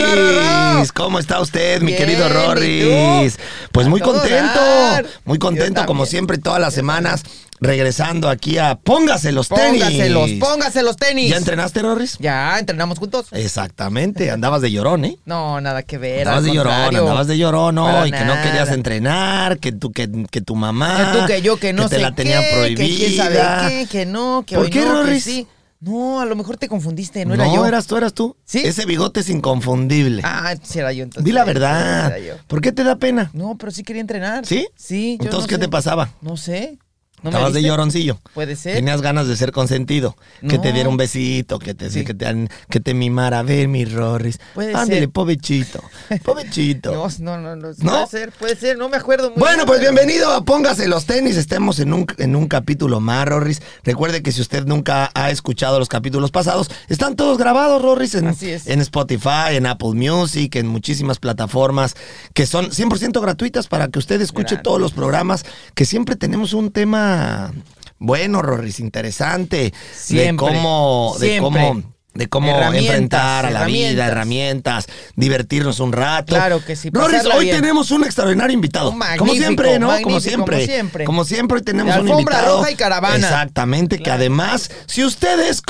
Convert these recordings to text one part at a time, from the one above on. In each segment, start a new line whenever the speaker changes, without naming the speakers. Rorris, ¿Cómo está usted, mi
Bien,
querido
¿y tú?
Rorris? Pues muy
A todo
contento,
dar.
muy contento,
Yo
como
también.
siempre, todas las semanas, regresando aquí a Póngase los tenis.
Póngaselos, póngase los tenis.
¿Ya entrenaste, Rorris?
Ya, entrenamos juntos.
Exactamente, andabas de llorón, ¿eh?
No, nada que ver.
Andabas
al
de llorón,
contrario.
andabas de llorón, no,
Para
y que no
nada.
querías entrenar, que tú, que, que tu mamá.
Que tú, que yo, que no
te
sé
la tenía
qué,
prohibida.
Que quién sabe qué, que no, que
¿Por
hoy
qué,
no, que
Rorris?
sí. No, a lo mejor te confundiste,
No,
no, era yo.
eras tú, eras tú.
¿Sí?
Ese bigote es inconfundible.
Ah, sí era yo entonces.
Di la
Sí,
verdad.
era yo.
¿Por qué te da pena?
No, pero sí quería entrenar.
¿Sí?
Sí. yo
Entonces,
no
¿qué
sé.
te pasaba?
No sé. No me
Estabas de
viste?
lloroncillo.
Puede ser.
Tenías ganas de ser consentido. Que te
No.
diera un besito, que te,
Sí.
que te, que te mimara. A ver, mi Rorris.
Puede
Ándele,
ser.
pobechito. Pobechito.
No, no, no, no,
¿No?
Puede ser, puede ser. No me acuerdo muy
Bueno,
bien,
pues
pero-
bienvenido a Póngase los tenis. Estemos en un, en un capítulo más, Rorris. Recuerde que si usted nunca ha escuchado los capítulos pasados, están todos grabados, Rorris, en,
Así es.
en Spotify, en Apple Music, en muchísimas plataformas que son 100% gratuitas para que usted escuche
Gratis.
todos los programas, que siempre tenemos un tema bueno, Rorris, interesante. De
Siempre,
cómo, de
siempre.
cómo, de cómo
Herramientas,
enfrentar a la vida,
herramientas.
herramientas, divertirnos un rato.
Claro que sí,
Rorris,
pasarla
hoy
bien.
tenemos un extraordinario invitado.
Un
como
magnífico,
siempre, ¿no? Como
magnífico,
siempre.
como siempre.
Como siempre, hoy tenemos
De
un
alfombra
invitado.
roja y caravana.
Exactamente, que además, si usted es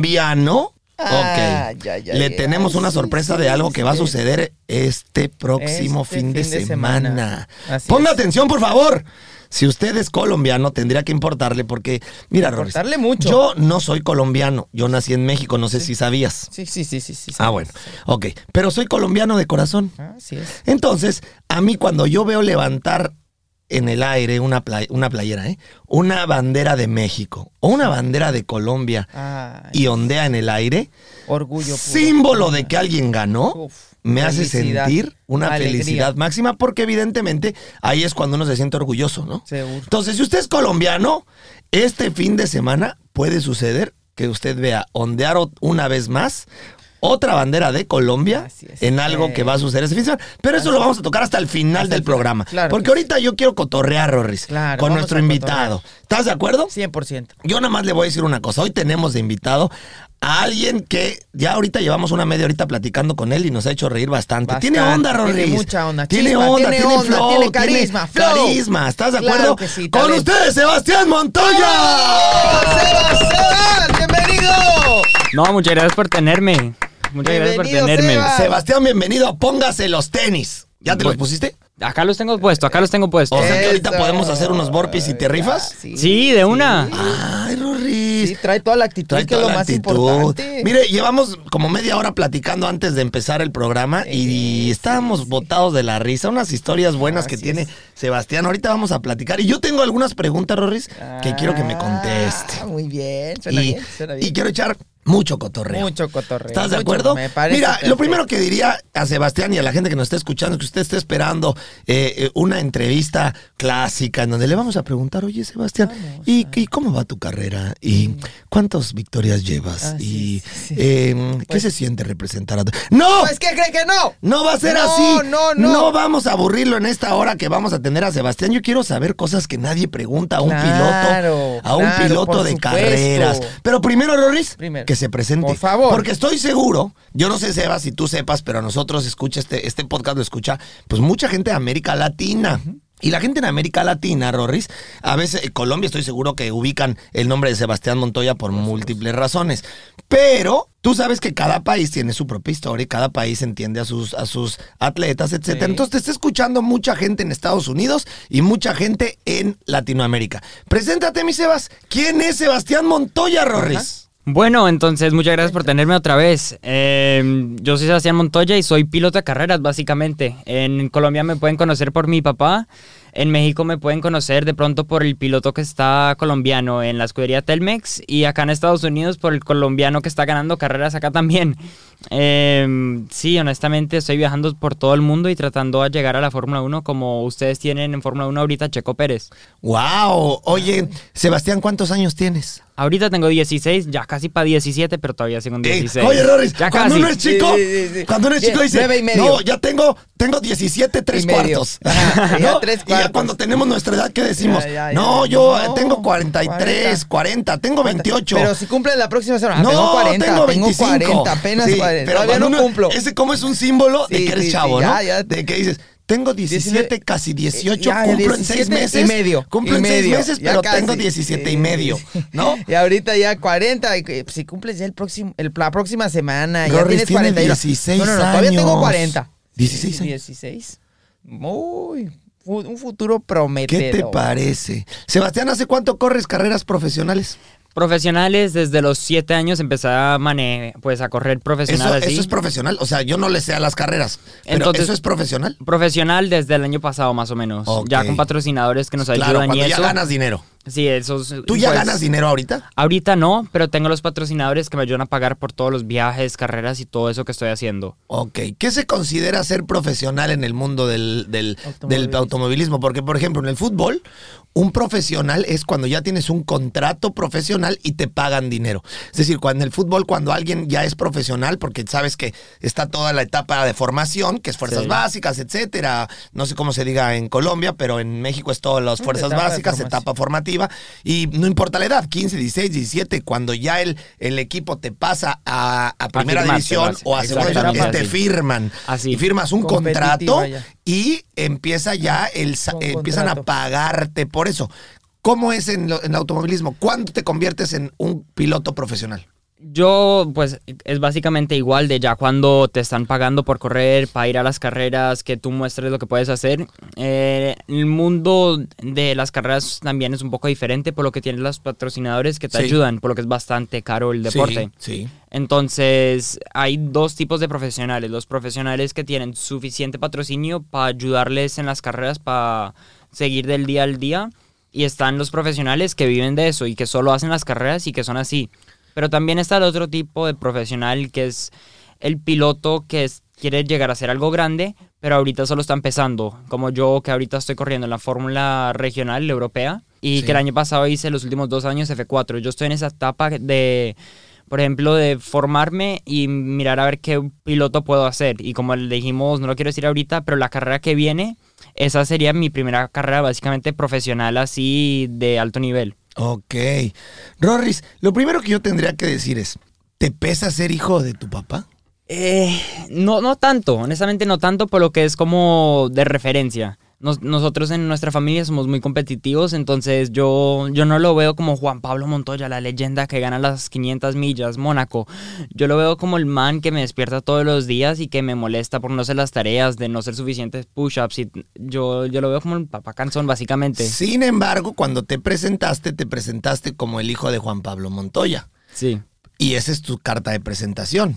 colombiano,
Ah,
ok,
ya, ya,
le
ya.
tenemos una
Sí,
sorpresa
sí,
de algo que va a
sí.
suceder este próximo
Este
fin, de,
fin de
semana.
semana. Así
Ponga
es.
atención, por favor. Si usted es colombiano, tendría que importarle porque, mira, Rorris,
Importarle mucho.
yo no soy colombiano. Yo nací en México, no sé si sabías.
Sí, sí, sí, sí, sí.
Ah, bueno, ok. Pero soy colombiano de corazón.
Así es.
Entonces, a mí cuando yo veo levantar en el aire una, play- una playera, ¿eh? una bandera de México o una bandera de Colombia
Ay,
y ondea en el aire,
orgullo. puro.
símbolo de que alguien ganó,
Uf,
me hace
felicidad,
sentir una
alegría.
felicidad máxima porque evidentemente ahí es cuando uno se siente orgulloso, ¿no?
Seguro.
Entonces, si usted es colombiano, este fin de semana puede suceder que usted vea ondear o- una vez más otra bandera de Colombia
Así es.
en algo que va a suceder ese fin de semana. Pero eso lo vamos a tocar hasta el final
Hasta
del
el final,
programa.
claro
porque
que sí.
ahorita yo quiero cotorrear, Rorris,
Claro,
con
vamos
nuestro
a
invitado. ¿Estás de acuerdo?
100%.
Yo nada más le voy a decir una cosa. Hoy tenemos de invitado a alguien que ya ahorita llevamos una media horita platicando con él y nos ha hecho reír bastante.
Bastante,
tiene onda,
tiene
Rorris.
mucha onda,
Tiene
chispa,
onda,
tiene
tiene,
onda,
flow,
tiene carisma, flow.
carisma. ¿Estás de
Claro
acuerdo?
que sí,
con
talento.
ustedes, Sebastián Montoya.
¡Sebas, Sebas! ¡Bienvenido!
No, muchas gracias por tenerme. Muchas gracias por
Bienvenido,
tenerme.
Sebas.
Sebastián, bienvenido. a Póngase los tenis. ¿Ya te los
Bueno.
pusiste?
Acá los tengo puestos, acá los tengo puestos.
O sea que ahorita
Eso.
podemos hacer unos burpees y te rifas.
Sí, de una.
Ay, Rorris.
Sí, trae toda la actitud,
Trae
que es
toda
lo
la
más
actitud.
importante.
Mire, llevamos como media hora platicando antes de empezar el programa y, estábamos botados de la risa. Unas historias buenas que
Así
tiene
es.
Sebastián. Ahorita vamos a platicar. Y yo tengo algunas preguntas, Rorris, que quiero que me
Ah,
conteste.
Muy bien, suena
Y,
bien, suena
y
bien.
quiero echar mucho cotorreo.
Mucho cotorreo.
¿Estás de
mucho,
acuerdo?
me parece
Mira,
perfecto.
lo primero que diría a Sebastián y a la gente que nos está escuchando es que usted está esperando eh, eh, una entrevista clásica en donde le vamos a preguntar, oye Sebastián, ¿y, y cómo va tu carrera? ¿Y cuántas victorias llevas?
Ah,
¿Y
sí, Mm. sí, sí.
eh, qué
Pues-
se siente representar a tu... ¡No!
Pues, ¿qué cree que no?
No va a ser
No,
así.
no, no.
vamos a aburrirlo en esta hora que vamos a tener a Sebastián. Yo quiero saber cosas que nadie pregunta a un
Claro,
piloto, a un
claro,
piloto
por
de
supuesto.
carreras. Pero primero, Loris,
Primero.
que se presente.
Por favor.
Porque estoy seguro, yo no sé, Sebas, si tú sepas, pero nosotros escucha este, este podcast lo escucha, pues mucha gente de América Latina. Y la gente en América Latina, Rorris, a veces, eh, Colombia estoy seguro que ubican el nombre de Sebastián Montoya por múltiples razones. Pero tú sabes que cada país tiene su propia historia y cada país entiende a sus, a sus atletas, etcétera.
Sí.
Entonces te está escuchando mucha gente en Estados Unidos y mucha gente en Latinoamérica. Preséntate, mi Sebas. ¿Quién es Sebastián Montoya, Rorris?
Bueno, entonces muchas gracias por tenerme otra vez. Eh, yo soy Sebastián Montoya y soy piloto de carreras, básicamente. En Colombia me pueden conocer por mi papá, en México me pueden conocer de pronto por el piloto que está colombiano en la escudería Telmex y acá en Estados Unidos por el colombiano que está ganando carreras acá también. Eh, sí, honestamente estoy viajando por todo el mundo y tratando de llegar a la Fórmula 1 como ustedes tienen en Fórmula 1 ahorita Checo Pérez.
¡Wow! Oye, Sebastián, ¿cuántos años tienes?
Ahorita tengo 16, ya casi para 17, pero todavía sigo en
Eh,
16.
oye, Rorris,
ya
cuando
casi.
uno es chico,
Sí, sí, sí, sí.
cuando uno es chico
Bien,
dice,
nueve y medio.
no, ya tengo, tengo 17, tres
Y medio.
cuartos.
Ajá, sí, ya
¿No?
tres
Y ya
cuartos.
cuando tenemos nuestra edad, ¿qué decimos?
Ya, ya, ya.
no, yo eh,
No,
tengo 43, 40, tengo 28.
Pero si cumple la próxima semana. Ah,
no,
tengo 40,
tengo 25.
40, apenas
Sí,
40.
Pero
Todavía
cuando
no
uno-
cumplo.
Ese como es un símbolo de
Sí,
que eres
sí,
chavo,
sí,
¿no?
ya, ya.
De que dices, tengo 17,
19,
casi 18,
Eh, ya,
cumplo en 6
17 y
meses.
medio,
Cumplo
y
en 6
medio,
meses,
ya
pero
casi.
tengo 17 y
Sí,
medio,
sí.
¿no?
Y ahorita ya 40, y que, pues, si cumples ya el próximo, el- la próxima semana, ya
Gorris tiene
tienes 40.
16
no, no, no, todavía tengo
años.
40.
16
Sí,
años.
16. Muy, fu- un futuro
¿Qué
prometedor.
te parece? Sebastián, ¿hace cuánto corres carreras profesionales?
Profesionales, desde los 7 años empecé a mane pues a correr profesional
Eso,
así.
eso es profesional. O sea, yo no le sé a las carreras. Pero
Entonces-
eso es profesional.
profesional desde el año pasado más o menos.
Ok.
Ya con patrocinadores que nos
claro,
ayudan
cuando
y
ya
eso.
ganas dinero.
Sí, esos
¿Tú ya
pues,
ganas dinero ahorita?
Ahorita no, pero tengo los patrocinadores que me ayudan a pagar por todos los viajes, carreras y todo eso que estoy haciendo.
Ok. ¿Qué se considera ser profesional en el mundo del, del- del automovilismo.
Automovilismo.
Porque, por ejemplo, en el fútbol, un profesional es cuando ya tienes un contrato profesional y te pagan dinero. Es decir, cuando en el fútbol, cuando alguien ya es profesional, porque sabes que está toda la etapa de formación, que es fuerzas
Sí.
básicas, etcétera. No sé cómo se diga en Colombia, pero en México es todas las fuerzas
etapa de
básicas,
formación.
etapa formativa. Y no importa la edad, 15, 16, 17, cuando ya el, el equipo te pasa a, a primera
firmarte,
división
base-
o a segunda división,
exactamente,
es te
así.
firman.
Así.
Y firmas un
Competitiva
contrato
ya.
y empieza ya el sa-
Con
eh, empiezan a
contrato.
pagarte por eso. ¿Cómo es en, lo- en automovilismo? ¿Cuándo te conviertes en un piloto profesional?
Yo, pues, es básicamente igual de ya cuando te están pagando por correr, para ir a las carreras, que tú muestres lo que puedes hacer. Eh, el mundo de las carreras también es un poco diferente por lo que tienen los patrocinadores que te
Sí.
ayudan, por lo que es bastante caro el deporte.
Sí.
Entonces, hay dos tipos de profesionales. Los profesionales que tienen suficiente patrocinio para ayudarles en las carreras, para seguir del día al día. Y están los profesionales que viven de eso y que solo hacen las carreras y que son así. Pero también está el otro tipo de profesional que es el piloto que es- quiere llegar a ser algo grande, pero ahorita solo está empezando. Como yo que ahorita estoy corriendo en la Fórmula Regional Europea y
Sí.
que el año pasado hice los últimos dos años F4. Yo estoy en esa etapa de por ejemplo, de formarme y mirar a ver qué piloto puedo hacer. Y como le dijimos, no lo quiero decir ahorita, pero la carrera que viene, esa sería mi primera carrera básicamente profesional así de alto nivel.
Ok. Rorris, lo primero que yo tendría que decir es, ¿te pesa ser hijo de tu papá?
Eh, no, no tanto, honestamente no tanto, por lo que es como de referencia. Nos- nosotros en nuestra familia somos muy competitivos, entonces yo, yo no lo veo como Juan Pablo Montoya, la leyenda que gana las 500 millas, Mónaco. Yo lo veo como el man que me despierta todos los días y que me molesta por no hacer las tareas, de no ser suficientes push-ups. y Yo, yo lo veo como el papá canzón, básicamente.
Sin embargo, cuando te presentaste, te presentaste como el hijo de Juan Pablo Montoya.
Sí.
Y esa es tu carta de presentación.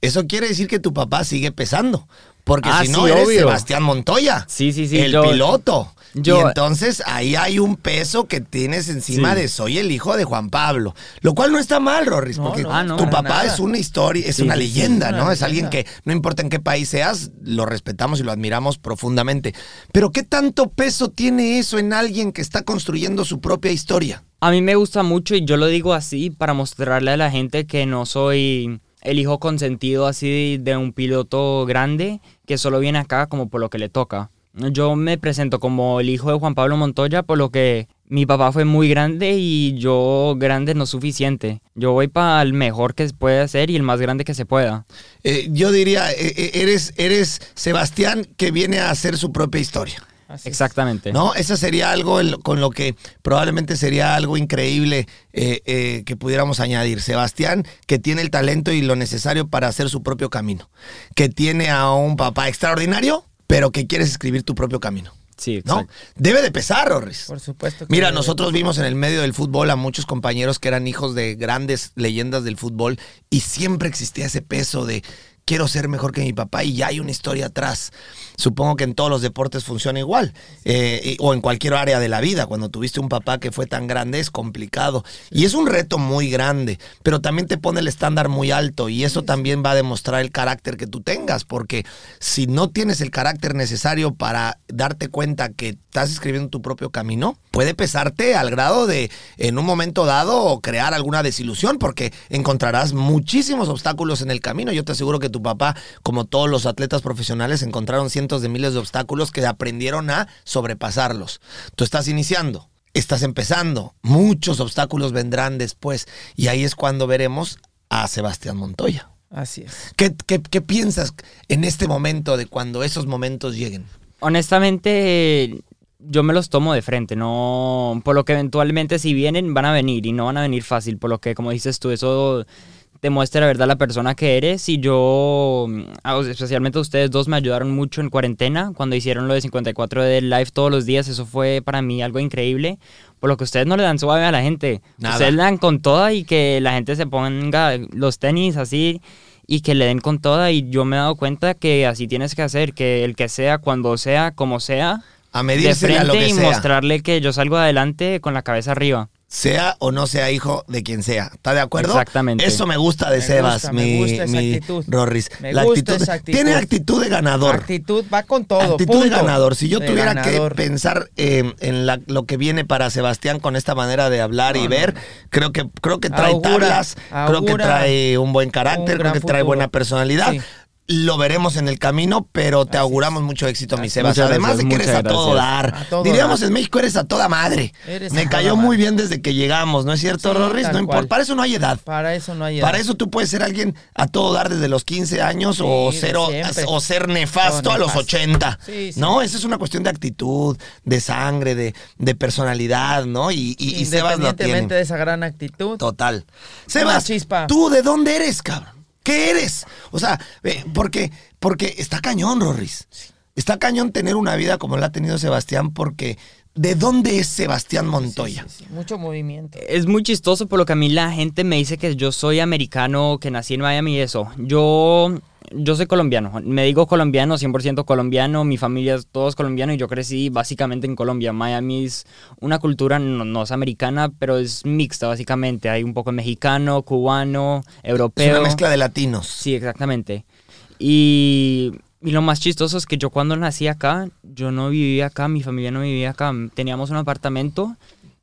Eso quiere decir que tu papá sigue pesando. Porque
Ah,
si no,
sí,
eres
obvio.
Sebastián Montoya.
Sí, sí, sí,
El
yo-
piloto.
yo-
y entonces ahí hay un peso que tienes encima
Sí.
de soy el hijo de Juan Pablo. Lo cual no está mal, Rorris,
No,
porque
no,
Ah, no,
tu
para
papá
nada.
es una historia, es
Sí,
una
sí, sí,
leyenda,
es una
¿no? Es alguien que
leyenda.
no importa en qué país seas, lo respetamos y lo admiramos profundamente. Pero ¿qué tanto peso tiene eso en alguien que está construyendo su propia historia?
A mí me gusta mucho y yo lo digo así para mostrarle a la gente que no soy el hijo consentido así de un piloto grande que solo viene acá como por lo que le toca. Yo me presento como el hijo de Juan Pablo Montoya por lo que mi papá fue muy grande y yo grande no es suficiente. Yo voy para el mejor que se puede ser y el más grande que se pueda.
Eh, yo diría, eh, eh, eres, eres Sebastián que viene a hacer su propia historia.
Así es.
Exactamente.
¿No? Eso sería algo el- con lo que probablemente sería algo increíble eh, eh, que pudiéramos añadir. Sebastián, que tiene el talento y lo necesario para hacer su propio camino. Que tiene a un papá extraordinario, pero que quieres escribir tu propio camino.
Sí,
¿No?
exacto.
Debe de pesar, Rorris.
Por supuesto. que-
Mira, nosotros vimos en el medio del fútbol a muchos compañeros que eran hijos de grandes leyendas del fútbol y siempre existía ese peso de quiero ser mejor que mi papá y ya hay una historia atrás. Supongo que en todos los deportes funciona igual eh, y- o en cualquier área de la vida. Cuando tuviste un papá que fue tan grande es complicado y es un reto muy grande, pero también te pone el estándar muy alto y eso también va a demostrar el carácter que tú tengas porque si no tienes el carácter necesario para darte cuenta que estás escribiendo tu propio camino, puede pesarte al grado de en un momento dado crear alguna desilusión porque encontrarás muchísimos obstáculos en el camino. Yo te aseguro que tu papá, como todos los atletas profesionales, encontraron cientos de miles de obstáculos que aprendieron a sobrepasarlos. Tú estás iniciando. Estás empezando, muchos obstáculos vendrán después y ahí es cuando veremos a Sebastián Montoya.
Así es.
¿Qué, qué- qué piensas en este momento de cuando esos momentos lleguen?
Honestamente, yo me los tomo de frente, no por lo que eventualmente si vienen van a venir y no van a venir fácil, por lo que como dices tú, eso te muestra la verdad la persona que eres y yo, mm, a- especialmente a ustedes dos me ayudaron mucho en cuarentena cuando hicieron lo de 54 de live todos los días, eso fue para mí algo increíble, por lo que ustedes no le dan suave a la gente,
Nada.
ustedes le dan con toda y que la gente se ponga los tenis así y que le den con toda y yo me he dado cuenta que así tienes que hacer, que el que sea, cuando sea, como sea,
A
de
medirse a lo
frente
que
y
sea,
mostrarle que yo salgo adelante con la cabeza arriba.
sea o no sea hijo de quien sea. ¿Está de acuerdo?
Exactamente.
Eso me gusta de
Me
Sebas,
gusta,
mi,
me gusta esa
mi
actitud.
Rorris.
Me
La
gusta
actitud-
esa actitud.
Tiene actitud de ganador.
Actitud va con todo.
Actitud de
punto.
ganador. Si yo
De
tuviera que
ganador.
pensar eh, en la- lo que viene para Sebastián con esta manera de hablar y ver, creo que creo que trae
Augura,
tablas, creo que
augura
trae un buen
un
carácter, creo
gran
que trae
futuro.
buena personalidad.
Sí.
Lo veremos en el camino, pero te auguramos mucho éxito, mi Sebas.
Muchas
Además de
gracias,
que eres a
muchas
todo
gracias.
dar.
A todo
Diríamos
dar.
en México, eres a toda madre.
Eres
Me
a
cayó
toda
muy
madre.
bien desde que llegamos, ¿no es cierto,
Sí,
Rorris?
tal
No importa.
cual.
Para eso no hay edad.
Para eso no hay edad.
Para eso tú puedes ser alguien a todo dar desde los 15 años o,
Sí, de
cero-
siempre.
o ser nefasto
O
a los
nefasto.
80.
Sí, sí.
No, esa es una cuestión de actitud, de sangre, de, de personalidad, ¿no? Y, y, y Sebas lo
Independientemente
tiene.
de esa gran actitud.
Total. Sebas,
chispa.
¿tú de dónde eres, cabrón? ¿Qué eres? O sea, eh, porque, porque está cañón, Rorris. Está cañón tener una vida como la ha tenido Sebastián porque ¿de dónde es Sebastián Montoya?
Sí, Mucho movimiento.
Es muy chistoso por lo que a mí la gente me dice que yo soy americano, que nací en Miami y eso. Yo, yo soy colombiano, me digo colombiano, 100% colombiano, mi familia es todos colombiano y yo crecí básicamente en Colombia. Miami es una cultura, no, no es americana, pero es mixta básicamente. Hay un poco de mexicano, cubano, europeo.
Es una mezcla de latinos.
Sí, exactamente. Y, y lo más chistoso es que yo cuando nací acá, yo no vivía acá, mi familia no vivía acá. Teníamos un apartamento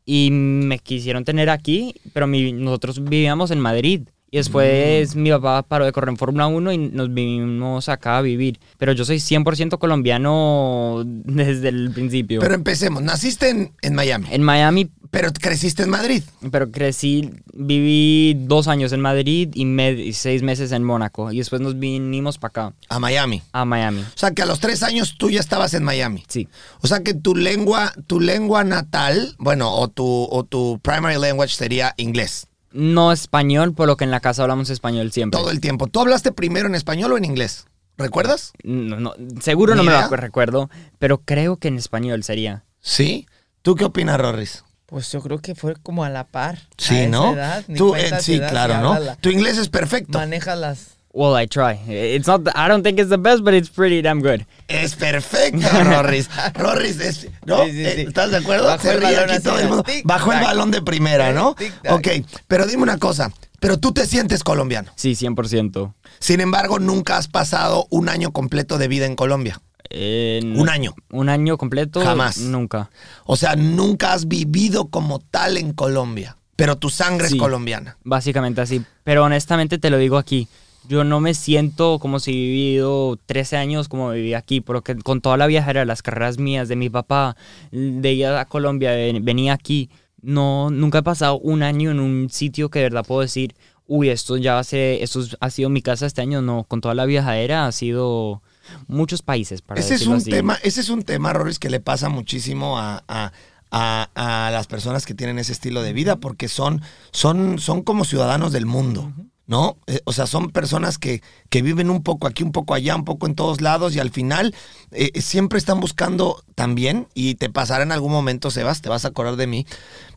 y me quisieron tener aquí, pero mi- nosotros vivíamos en Madrid. Y después mi papá paró de correr en Fórmula 1 y nos vinimos acá a vivir. Pero yo soy 100% colombiano desde el principio.
Pero empecemos. Naciste en, en Miami.
en Miami,
Pero creciste en Madrid.
pero crecí, viví dos años en Madrid y, me- y seis meses en Mónaco. Y después nos vinimos para acá,
A Miami.
a Miami.
O sea que a los tres años tú ya estabas en Miami.
Sí.
O sea que tu lengua, tu lengua natal, bueno, o tu, o tu primary language sería inglés.
No español, por lo que en la casa hablamos español siempre.
Todo el tiempo. ¿Tú hablaste primero en español o en inglés? ¿Recuerdas?
No, no, seguro no
Ni
me lo
idea.
acu- recuerdo, pero creo que en español sería.
Sí. ¿Tú qué opinas, Rorris?
Pues yo creo que fue como a la par. a
Sí,
esa
¿no?
edad, ni
Tú,
cuenta
eh,
te
sí,
das,
claro,
ya
¿no?
háblala.
Tu inglés es perfecto.
Maneja las.
Well, I try. It's not. I don't think it's the best, but it's pretty damn good.
Es perfecto, Rorris. Rorris, es- ¿no?
Sí, sí, sí.
Eh, ¿Estás de acuerdo?
Bajó
Se
el
ríe
balón
aquí
así,
todo el mundo.
tic-tac.
Bajó el balón de primera, ¿no?
Tic-tac.
Ok, pero dime una cosa. Pero tú te sientes colombiano.
Sí, 100%.
Sin embargo, nunca has pasado un año completo de vida en Colombia.
Eh,
Mm.
no-
Un año.
Un año completo.
Jamás.
Nunca.
O sea, nunca has vivido como tal en Colombia. Pero tu sangre
Sí.
es colombiana.
Básicamente así. Pero honestamente te lo digo aquí. Yo no me siento como si he vivido 13 años como viví aquí, porque con toda la viajera, las carreras mías, de mi papá, de ir a Colombia, de venir aquí, no, nunca he pasado un año en un sitio que de verdad puedo decir, uy, esto ya hace, esto ha sido mi casa este año. No, con toda la viajadera ha sido muchos países, para
Ese es
decirlo
un
así.
tema, ese es un tema, Roris, que le pasa muchísimo a, a- a- a las personas que tienen ese estilo de vida, porque son, son, son como ciudadanos del mundo. ¿No? Eh, o sea, son personas que, que viven un poco aquí, un poco allá, un poco en todos lados y al final eh, eh, siempre están buscando también, y te pasará en algún momento, Sebas, te vas a acordar de mí,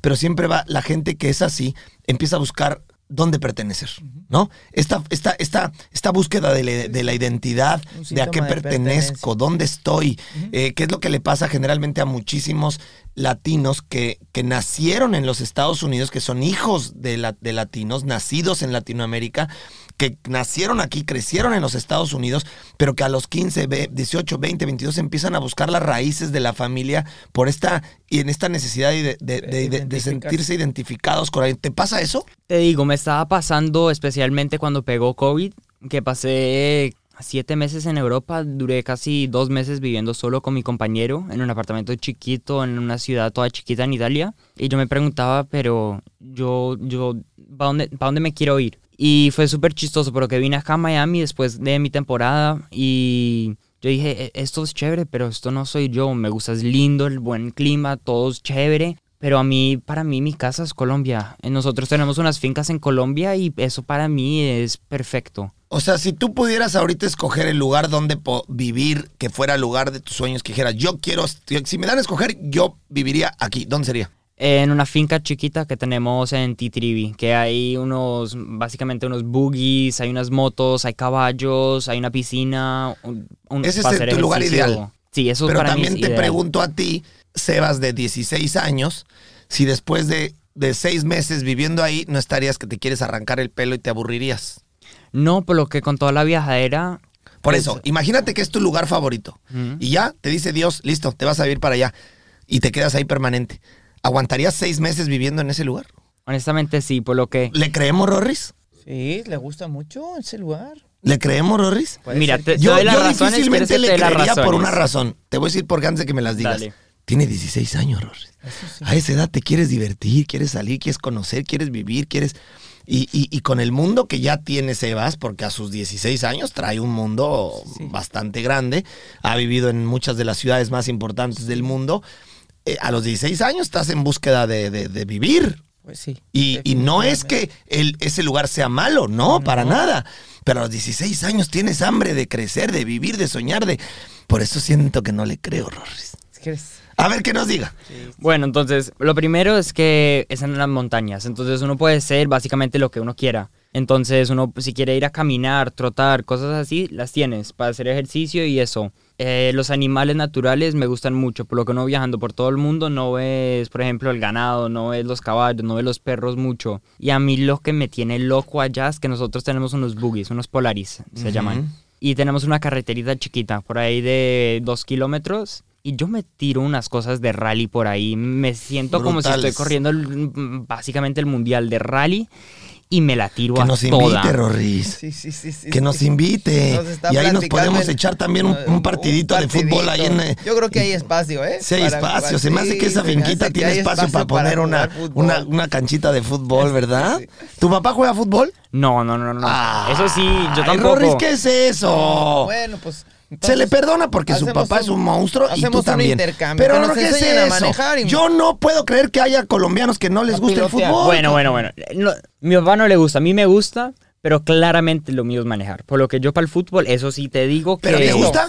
pero siempre va la gente que es así, empieza a buscar dónde pertenecer, ¿no? Esta, esta, esta, esta búsqueda de la, de la identidad, de
Un
a
síntoma
qué
de
pertenezco,
pertenencia.
o dónde estoy, eh, qué es lo que le pasa generalmente a muchísimos latinos que, que nacieron en los Estados Unidos, que son hijos de, la- de latinos, nacidos en Latinoamérica, que nacieron aquí, crecieron en los Estados Unidos, pero que a los 15, ve- 18, 20, 22 empiezan a buscar las raíces de la familia por esta y en esta necesidad de, de- de- de- de
Identificarse.
sentirse identificados con alguien. ¿Te pasa eso?
Te digo, me estaba pasando especialmente cuando pegó COVID, que pasé siete meses en Europa, duré casi dos meses viviendo solo con mi compañero en un apartamento chiquito, en una ciudad toda chiquita en Italia, y yo me preguntaba, pero yo, yo, ¿para dónde, pa' dónde me quiero ir? Y fue súper chistoso, pero que vine acá a Miami después de mi temporada y yo dije, "E- esto es chévere, pero esto no soy yo, me gusta, es lindo, el buen clima, todo es chévere, pero a mí, para mí, mi casa es Colombia. Eh, Nosotros tenemos unas fincas en Colombia y eso para mí es perfecto.
O sea, si tú pudieras ahorita escoger el lugar donde po- vivir, que fuera el lugar de tus sueños, que dijeras, yo quiero, si me dan a escoger, yo viviría aquí. ¿Dónde sería?
En una finca chiquita que tenemos en Titrivi, que hay unos, básicamente unos buggies, hay unas motos, hay caballos, hay una piscina. un- un-
Ese es
para
el-
hacer
tu lugar
ejercicio.
ideal.
Sí, eso
Pero
para mí
también
es
te
ideal.
pregunto a ti, Sebas, de 16 años, si después de, de seis meses viviendo ahí, no estarías que te quieres arrancar el pelo y te aburrirías.
No, por lo que con toda la viajadera...
Por
pues,
eso, imagínate que es tu lugar favorito.
Ujú.
Y ya te dice Dios, listo, te vas a vivir para allá. Y te quedas ahí permanente. ¿Aguantarías seis meses viviendo en ese lugar?
Honestamente sí, por lo que...
¿Le creemos, Rorris?
Sí, le gusta mucho ese lugar.
¿Le creemos, Rorris?
Puede
Mira,
ser
te, te
Yo,
doy las
yo
razones, pero es
difícilmente
que te
le
doy las
creería por
razones.
una razón. Te voy a decir por antes de que me las digas.
Dale.
Tiene 16 años, Rory.
sí.
A esa edad te quieres divertir, quieres salir, quieres conocer, quieres vivir, quieres... Y, y- y con el mundo que ya tiene Sebas, porque a sus 16 años trae un mundo bastante grande, ha vivido en muchas de las ciudades más importantes del mundo, eh, a los 16 años estás en búsqueda de- de- de vivir,
Pues sí.
y, y no es que el- ese lugar sea malo, no, para nada. Pero a los 16 años tienes hambre de crecer, de vivir, de soñar, de... Por eso siento que no le creo, Rorris.
¿Crees?
A ver qué nos diga.
Bueno, entonces, lo primero es que es en las montañas, entonces uno puede ser básicamente lo que uno quiera. Entonces, uno si quiere ir a caminar, trotar, cosas así, las tienes para hacer ejercicio y eso. Eh, los animales naturales me gustan mucho, por lo que uno viajando por todo el mundo no ves, por ejemplo, el ganado, no ves los caballos, no ves los perros mucho. Y a mí lo que me tiene loco allá es que nosotros tenemos unos buggies, unos polaris, se llaman. Y tenemos una carreterita chiquita, por ahí de dos kilómetros. Y yo me tiro unas cosas de rally por ahí. Me siento como si estoy
Brutales.
corriendo el- mm, básicamente el mundial de rally. Y me la tiro
Que
a
nos
toda.
invite, Rorris.
Sí, sí, sí, sí.
Que nos invite.
Nos está
y ahí nos
platicando
podemos
el-
echar también un, un partidito de fútbol ahí en... eh,
Yo creo que hay espacio, ¿eh?
Sí, hay
Para
espacio.
jugar.
Se me hace que
Sí,
esa
se me
finquita
hace que
tiene
hay
espacio, para poner una,
jugar fútbol.
una, una canchita de fútbol, ¿verdad? ¿Tu papá juega fútbol? Ah.
No, no, no, no. no. Eso sí, yo
Ay,
tampoco.
Rorris, ¿qué es eso?
Bueno, pues.
Se
entonces,
le perdona porque su
hacemos
papá es un monstruo y
hacemos
tú también.
Un intercambio.
Pero
que
no
nos
que es
enseñen a
eso.
manejar y-
Yo no puedo creer que haya colombianos que no les
A
guste el
pilotear.
fútbol.
Bueno, bueno, bueno. No, mi papá no le gusta, a mí me gusta, pero claramente lo mío es manejar. Por lo que yo para el fútbol, eso sí te digo que...
¿Pero te gusta?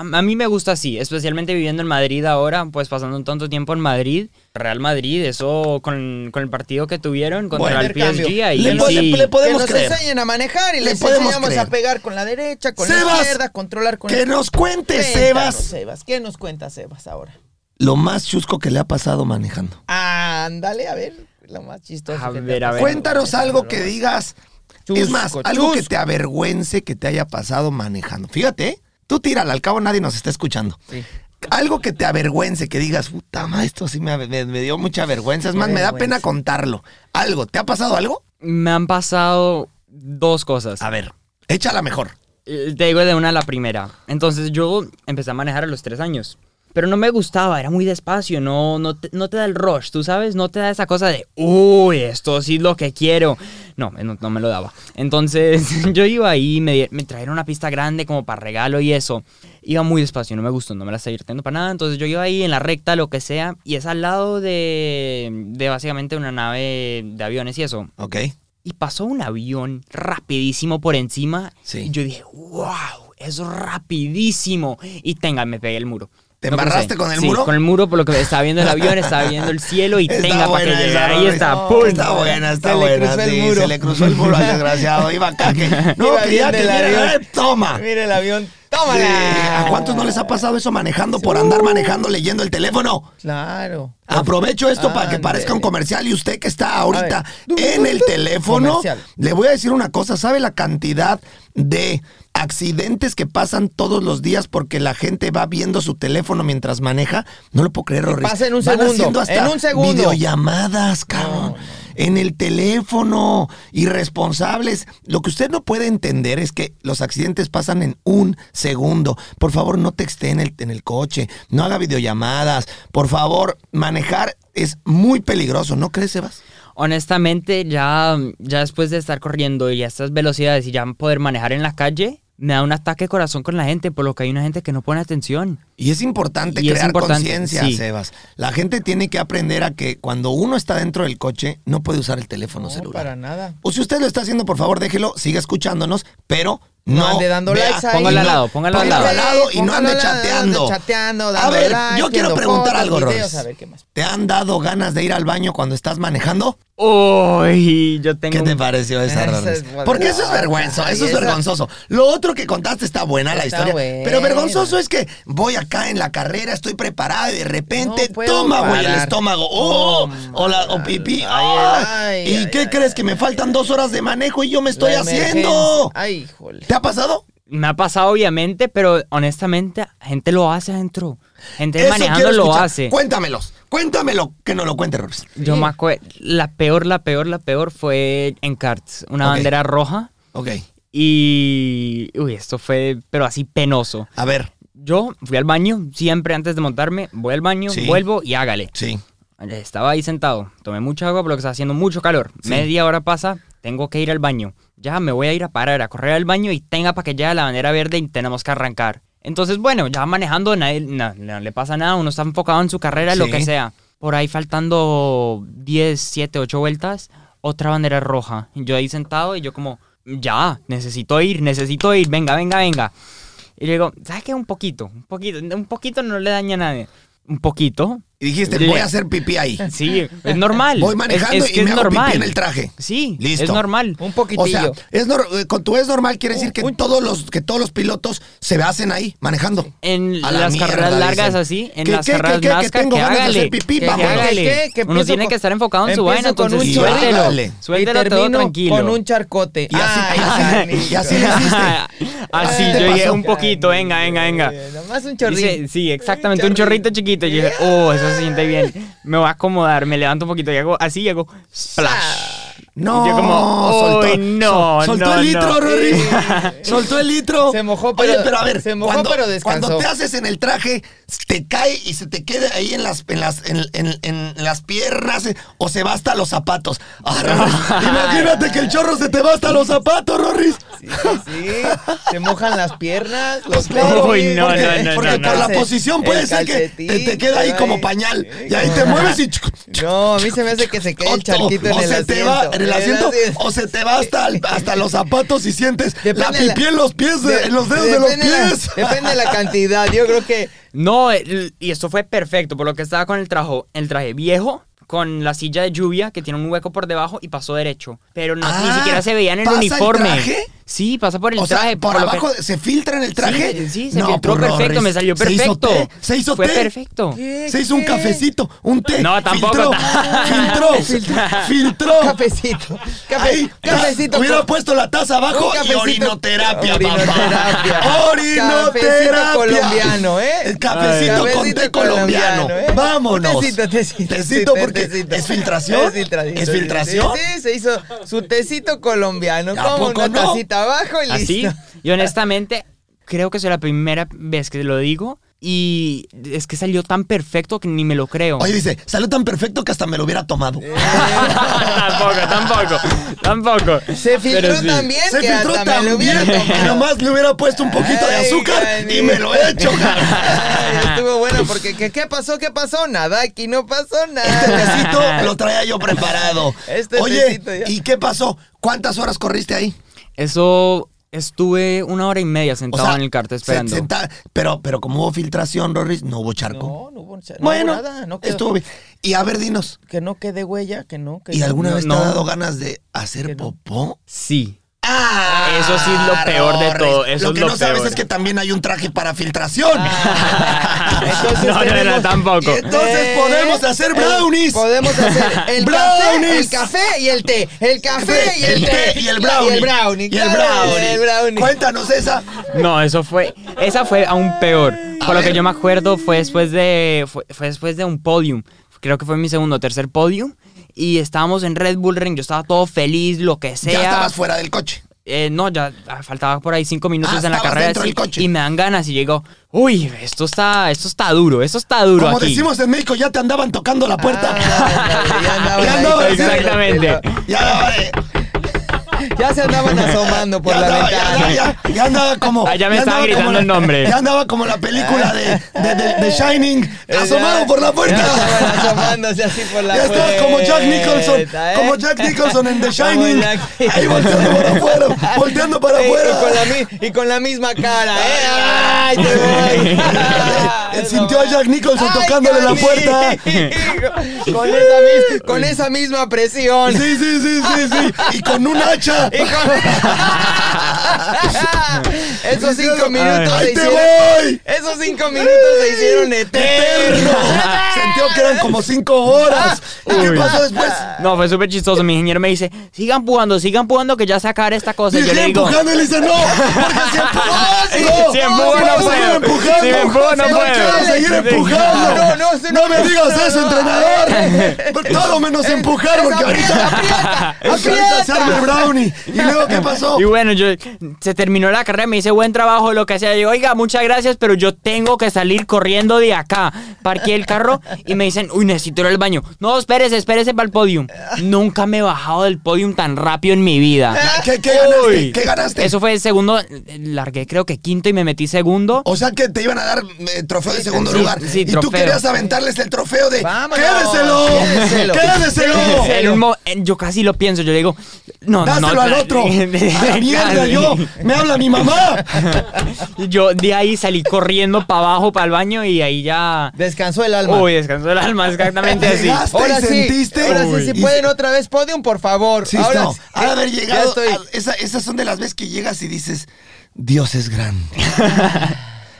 A, a mí me gusta así, especialmente viviendo en Madrid ahora, pues pasando un tanto tiempo en Madrid, Real Madrid, eso con, con el partido que tuvieron
Bueno.
contra el PSG ahí.
Le, po-
sí.
le- le podemos
que nos
creer.
enseñen a manejar y
Le
les
podemos
enseñamos
creer.
a pegar con la derecha, con la
Sebas,
izquierda, controlar con
Que
el...
nos cuente,
Cuéntanos,
Sebas,
Sebas, ¿qué nos cuenta Sebas ahora?
lo más chusco que le ha pasado manejando.
Ándale, a ver, lo más chistoso.
A
que te
ver,
ha
a ver.
pasado.
Cuéntanos algo que digas. es
Chusco,
más, algo que
chusco.
te avergüence que te haya pasado manejando. Fíjate, ¿eh? tú tírala, al cabo nadie nos está escuchando.
Sí.
Algo que te avergüence, que digas, puta madre, esto sí me, me- me dio mucha vergüenza. Es más, me da
vergüenza.
pena contarlo. Algo, ¿te ha pasado algo?
Me han pasado dos cosas.
A ver, échala mejor.
Eh, Te digo de una a la primera. Entonces yo empecé a manejar a los tres años. pero no me gustaba, era muy despacio, no, no, te, no te da el rush, tú sabes, no te da esa cosa de, uy, esto sí es lo que quiero. No, eh, no, no me lo daba. Entonces yo iba ahí, me, di- me trajeron una pista grande como para regalo y eso. Iba muy despacio, no me gustó, no me la estaba divirtiendo para nada. Entonces yo iba ahí en la recta, lo que sea, y es al lado de, de básicamente una nave de aviones y eso.
Ok.
Y pasó un avión rapidísimo por encima.
Sí.
Y yo dije, wow, es rapidísimo. Y tenga, me pegué el muro.
¿Te
crucé.
embarraste con el
Sí,
muro?
con el muro, por lo que estaba viendo el avión, estaba viendo el cielo y
Está
tenga para que
buena
llegue.
esa,
Ahí
Rory.
está,
No,
¡pum!
Está buena, está
Se le
buena.
cruzó el
sí,
muro.
se le cruzó el muro al desgraciado. Iba acá que. No,
Iba
que
bien
ya
del
te mira,
avión.
eh, toma.
Mira el avión.
Sí,
¡Tómala! Uh.
¿A cuántos no les ha pasado eso manejando por andar manejando, leyendo el teléfono?
Claro.
Aprovecho esto para que
Ah, Ándele.
parezca un comercial y usted que está ahorita
ver.
en el teléfono,
Comercial.
le voy a decir una cosa, ¿sabe la cantidad de accidentes que pasan todos los días porque la gente va viendo su teléfono mientras maneja? No lo puedo creer, Rory.
pasa en un
Van
segundo,
haciendo hasta
en un segundo.
videollamadas, cabrón. En el teléfono, irresponsables. Lo que usted no puede entender es que los accidentes pasan en un segundo. Por favor, no texte en el, en el coche, no haga videollamadas. Por favor, manejar es muy peligroso, ¿no crees, Sebas?
Honestamente, ya, ya después de estar corriendo y a estas velocidades y ya poder manejar en la calle, me da un ataque de corazón con la gente, por lo que hay una gente que no pone atención.
Y es importante
Y es
crear
importante,
conciencia,
sí.
Sebas. La gente tiene que aprender a que cuando uno está dentro del coche, no puede usar el teléfono
No,
celular.
para nada.
O si usted lo está haciendo, por favor, déjelo, siga escuchándonos, pero no.
No ande dando likes ahí.
Póngalo al lado,
no,
póngalo al lado.
y no ande
Póngalo al lado,
chateando.
ande chateando,
a
dando
ver,
likes,
yo quiero
viendo
preguntar
fotos,
algo,
videos,
Ross.
a ver, ¿qué más?
¿Te han dado ganas de ir al baño cuando estás manejando?
Uy, yo tengo
¿Qué te
un-
pareció esa,
Esa
Roris?
es buena.
Porque eso es vergüenza,
Ay,
eso es
esa-
vergonzoso. Lo otro que contaste está buena la
Está
historia,
buena.
pero vergonzoso es que voy acá en la carrera, estoy preparada y de repente
No puedo
toma, güey, el
parar.
estómago. Oh, o la o pipí. Ah,
ay,
¿Y
ay,
qué
ay,
crees que me faltan dos horas de manejo y yo me estoy
La
haciendo?
emergencia. Ay, híjole.
¿Te ha pasado?
Me ha pasado, obviamente, pero honestamente, gente lo hace adentro. Gente
Eso
manejando
quiero
lo
escuchar.
hace.
Cuéntamelos, cuéntamelo, que no lo cuente, Roris.
Yo me acuerdo, la peor, la peor, la peor fue en karts. Una
Ok.
bandera roja
Ok,
y... Uy, esto fue, pero así penoso.
a ver,
Yo fui al baño, siempre antes de montarme, voy al baño,
Sí.
vuelvo y hágale.
sí.
Estaba ahí sentado, tomé mucha agua, pero que está haciendo mucho calor. Media hora pasa, tengo que ir al baño. Ya me voy a ir a parar, a correr al baño y tenga para que llegue la bandera verde y tenemos que arrancar. Entonces, bueno, ya manejando, nadie, no, no le pasa nada, uno está enfocado en su carrera, lo
Sí.
que sea. Por ahí faltando 10, 7, 8 vueltas, otra bandera roja. Yo ahí sentado y yo como, ya, necesito ir, necesito ir, venga, venga, venga. Y le digo, ¿sabes qué? Un poquito, un poquito, un poquito no le daña a nadie. Un poquito,
Y dijiste,
Le-
voy a hacer pipí ahí.
Sí, es normal.
Voy
Es-
manejando
es, que
y
es
me hago
normal.
pipí en el traje.
Sí,
Listo.
es normal.
Un
O
poquitillo.
sea, es nor- eh, con tu es normal quiere decir que todos los que todos los pilotos se hacen ahí manejando.
En
A la
las
mierda,
carreras largas
dicen.
así, en
¿Qué,
las
qué, qué,
carreras
qué,
más
que tengo ganas de
hágale,
hacer pipí,
que
vámonos.
hágale.
¿Qué? Que
Uno
empiezo
tiene
con-
que estar enfocado en su
empiezo
vaina,
con un
entonces
chorrito. Hágale.
suéltelo,
y
suéltelo todo
termino
tranquilo.
con un charcote.
Y así-
Ay,
y así-
Carlitos.
y así le hiciste.
Así,
Ah,
yo
te
dije
pasó.
un poquito, venga, venga, venga.
Eh, Nomás un
Dice,
chorrito.
sí, exactamente, un chorrito chiquito. Y yo dije, oh, eso se siente bien. Me voy a acomodar, me levanto un poquito y hago así y hago splash.
No,
Yo como,
soltó,
"Uy, no,
sol- soltó
no,
el
no".
litro, Rory. soltó el litro.
Se mojó,
Oye,
pero-
pero a ver,
se mojó,
cuando,
pero descansó.
cuando te haces en el traje, te cae y se te queda ahí en las, en las, en, en- en las piernas eh, o se va hasta los zapatos. Ah, Rory, imagínate que el chorro se te va hasta los zapatos, Rory.
Sí, sí, sí. Se mojan las piernas, los
Claro,
Uy,
güey,
no,
porque,
no, no,
porque
no,
por la
no.
posición
El
puede ser que te,
calcetín,
te queda ahí
ay.
como pañal
Sí,
y ahí
como-
te mueves y chuc, chuc,
No, a mí se me hace que se quede el
o-
charquito
o
en el
se
asiento.
te va en el asiento
asiento.
o se te va hasta, el- hasta los zapatos y sientes la
Depende de la-
pipí en los pies, de-
De-
en los dedos de los
depende la-
pies.
depende de la cantidad. Yo creo que
No, el- y esto fue perfecto, por lo que estaba con el traje, el traje viejo, con la silla de lluvia que tiene un hueco por debajo y pasó derecho. Pero no, ni
Ah,
siquiera se veía en el
¿pasa el
uniforme.
traje?
Sí, pasa por el
O sea,
traje.
por
lo que-
abajo se filtra en el traje.
Sí, sí, se filtró
pues,
perfecto,
Rorris,
me salió perfecto.
Se hizo té, se hizo
Fue
té,
perfecto.
Se hizo un cafecito, un té.
No, tampoco,
Filtró,
ta-
filtró, filtró.
Cafecito. Cafe-
Ahí,
cafecito.
Hubiera
con-
puesto la taza abajo
Un
y
cafecito-
orinoterapia,
Orinoterapia.
papá. Orinoterapia.
Cafecito colombiano, ¿eh?
El cafecito
Cafecito
con té colombiano.
colombiano, ¿eh?
Vámonos.
Tecito, tecito.
Tecito
te-
porque
tecito.
es filtración.
Es filtración.
Es filtración.
Sí, sí, se hizo su tecito colombiano.
¿A
Como
poco
una
no?
tacita abajo y
Así.
listo.
Y honestamente, creo que es la primera vez que lo digo, y es que salió tan perfecto que ni me lo creo.
Oye, dice, salió tan perfecto que hasta me lo hubiera tomado.
Eh.
tampoco, tampoco, tampoco.
Se filtró
Pero sí.
también.
Se
que
filtró
hasta me lo hubiera
también que
tomado.
nomás le hubiera puesto un poquito de
Ay,
azúcar y
Dani.
me lo he hecho.
Ay, estuvo bueno porque ¿qué, qué pasó? ¿Qué pasó? Nada, aquí no pasó
Este
nada.
tecito lo traía yo preparado.
Este
Oye,
tecito ya.
¿y qué pasó? ¿Cuántas horas corriste ahí?
Eso estuve una hora y media sentado en el cartel
se-
esperando.
senta- pero, pero como hubo filtración, Rorris, no hubo charco.
No, no hubo, no hubo
bueno,
nada. No quedó-
estuvo bien. Y a ver, dinos,
Que no quede huella, que no. Que
¿y alguna
no,
vez te
no.
ha dado ganas de hacer
Que no.
popó?
Sí.
¡Ah!
Eso sí es lo peor de
Rorris!
todo, eso
lo
es
que
lo
no sabes
peor.
es que también hay un traje para filtración.
Ah. Entonces
no, no, no,
tenemos-
tampoco.
Entonces
Eh,
podemos hacer
el-
brownies.
podemos hacer el café,
Brownies.
el café y el té. El café y el té.
y el brownie.
Y el brownie.
Y el
claro,
brownie.
el brownie.
Cuéntanos esa.
No, eso fue, esa fue aún peor. Por lo
ver.
que yo me acuerdo fue después de, fue, fue después de un podium. Creo que fue mi segundo o tercer podium. Y estábamos en Red Bull Ring, yo estaba todo feliz, lo que sea.
Ya estabas fuera del coche.
Eh, no, ya ah, faltaba por ahí cinco minutos
Ah,
en la
estabas
carrera.
dentro
sí,
del coche.
Y me dan ganas y llego, uy, esto está, esto está duro, esto está duro
Como
aquí.
decimos en México, ya te andaban tocando la puerta.
ándale, Ah, ya andaban
Ya
ahí
andaban,
tocando.
Exactamente.
Ya, eh,
Ya se andaban asomando por
ya
la
andaba, ya
ventana.
andaba, ya- ya andaba como.
Ah, ya me estaban
andaba
gritando
como la-
el nombre.
Ya andaba como la película de, de, de- de Shining,
Eh,
asomado
ya-
por la
Ya estaban
puerta.
asomándose así por la
Ya
puerta. ¿Eh?
estaba como Jack Nicholson, como Jack Nicholson en The
Como
Shining.
Jack-
Ahí volteando para afuera, volteando para
Eh,
afuera.
Y con la, mi- y con la misma cara, ¿eh? ¡Ay, te voy!
Eh, Sintió a Jack Nicholson
Ay,
tocándole la
Cali.
puerta.
con, esa mis- con esa misma presión.
Sí, sí, sí, sí, sí. Y con un hacha.
Y con- Esos cinco minutos se
¡Ahí te
hicieron.
voy!
Esos cinco minutos se hicieron
¡Eterno!
eternos.
Sintió que eran como cinco horas. ¿Y qué
Uy. Ah,
pasó después?
No, fue súper chistoso. Mi ingeniero me dice, sigan empujando, sigan empujando que ya se acabará esta cosa. Y yo
Dije
le digo,
empujando y le dice no. Porque si empujo, no.
Si empujo,
Vamos a seguir empujando.
no puedo. Si empujo, no
No
puedo.
quiero seguir
Sí.
empujando.
No, no, sí,
No
no,
me
no,
digas
no,
eso,
no.
entrenador. Todo menos empujar, porque ahorita.
Aprieta,
Porque ahorita se arma el
aprieta.
brownie. ¿Y luego qué pasó?
Y bueno, yo se terminó la carrera, me dice buen trabajo, lo que sea. Yo, oiga, muchas gracias, pero yo tengo que salir corriendo de acá. Parqué el carro y me dicen, uy, necesito ir al baño. No, espérese, espérese para el podium. Nunca me he bajado del podium tan rápido en mi vida.
¿Qué, qué ganaste?
Uy.
¿Qué ganaste?
Eso fue el segundo, largué creo que quinto y me metí segundo.
O sea que te iban a dar eh, trofeo de segundo
sí,
lugar.
sí,
y tú
trofeo.
querías aventarles el trofeo de
Vámonos,
¡Quédeselo!
quédeselo.
¡Quédeselo!
El mo- eh, yo casi lo pienso, yo le digo, no, no, no.
¡Dáselo al otro! ¡A la mierda yo! ¡Me habla mi mamá!
Yo de ahí salí corriendo para abajo, para el baño y ahí ya...
Descansó el alma.
Uy, descansó el alma, exactamente así.
Llegaste
Ahora
y sentiste.
sí, ahora sí, si
Uy.
pueden otra vez podium, por favor.
Sí,
ahora
no.
sí.
Ha de haber
Ya
llegado.
estoy.
a- esa- esas son de las veces que llegas y dices, Dios es grande.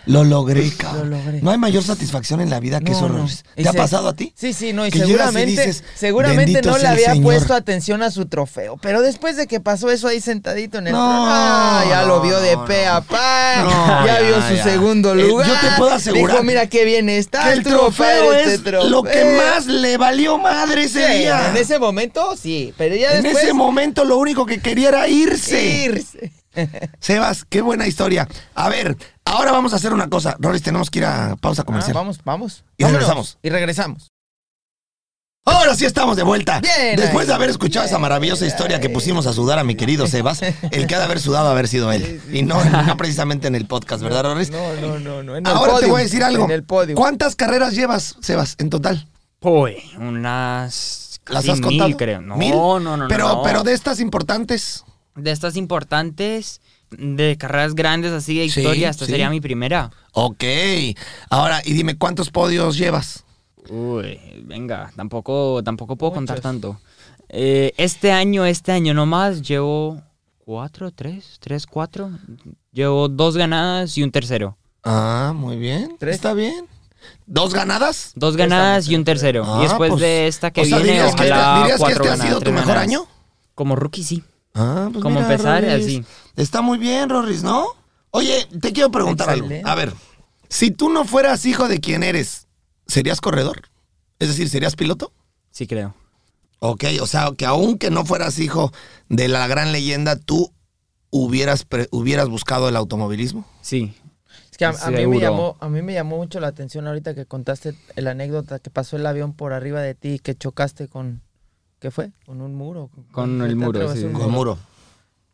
Lo logré, cabrón.
Lo logré.
No hay mayor satisfacción en la vida que
No,
eso,
no.
Rorris.
Y
¿Te ha
se-
pasado a ti?
Sí, sí, no, y
Que llegas
seguramente,
dices,
seguramente
"Bendito
no le
sea el
había
Señor".
puesto atención a su trofeo. Pero después de que pasó eso ahí sentadito en el.
No,
Ah, ya lo vio de
no,
pe a pa.
No,
ya,
ya,
vio su
ya.
segundo
Eh,
lugar.
yo te puedo asegurar
Dijo, mira qué bien está.
Que el trofeo
padre, este
es lo que
trofeo".
más le valió madre ese
Sí,
día.
En ese momento sí, pero ya
En
después.
ese momento lo único que quería era irse.
irse.
Sebas, qué buena historia. A ver, ahora vamos a hacer una cosa. Rolis, tenemos que ir a pausa
Ah,
comercial.
vamos, vamos.
Y
Vámonos.
regresamos.
Y regresamos.
ahora sí estamos de vuelta.
Bien,
Después de
ahí.
haber escuchado esa maravillosa historia que pusimos a sudar a mi querido Sebas, el que ha de haber sudado ha haber sido él. Y no, no precisamente en el podcast, ¿verdad, Rolis?
No, no, no, no. en el
Ahora te
podio,
voy a decir algo.
En el podio.
¿Cuántas carreras llevas, Sebas, en total?
Uy, unas
¿Las
casi
has
mil,
contado?
creo. No,
¿Mil?
no, no, no,
Pero,
no.
pero de estas importantes.
De estas importantes, de carreras grandes así de
Sí,
historia, esta
sí.
sería mi primera.
Ok. Ahora, y dime, ¿cuántos podios llevas?
Uy, venga, tampoco, tampoco puedo contar tanto. Eh, este año, este año nomás, llevo cuatro, tres, tres, cuatro. Llevo dos ganadas y un tercero.
Ah, muy bien.
Tres.
Está bien. ¿Dos ganadas?
Dos ganadas y un tercero.
Ah,
y después
pues,
de esta que
o sea,
viene,
dirías que,
ojalá
dirías que
cuatro
este ha
ganadas,
sido tu
tres
mejor
ganadas.
año.
Como rookie, sí.
Ah, pues
Como empezar,
Rorris.
así.
Está muy bien, Rorris, ¿no? Oye, te quiero preguntar
Excelente.
algo. A ver, si tú no fueras hijo de quien eres, ¿serías corredor? Es decir, ¿serías piloto?
Sí, creo.
Ok, o sea, que aunque no fueras hijo de la gran leyenda, tú hubieras, pre- hubieras buscado el automovilismo.
Sí.
Es Es que a, a mí me
Seguro.
llamó, a mí me llamó mucho la atención ahorita que contaste la anécdota que pasó el avión por arriba de ti y que chocaste con. ¿Qué fue? ¿Con un muro?
Con el
te
muro,
atravesó
sí.
un
Con
Con muro.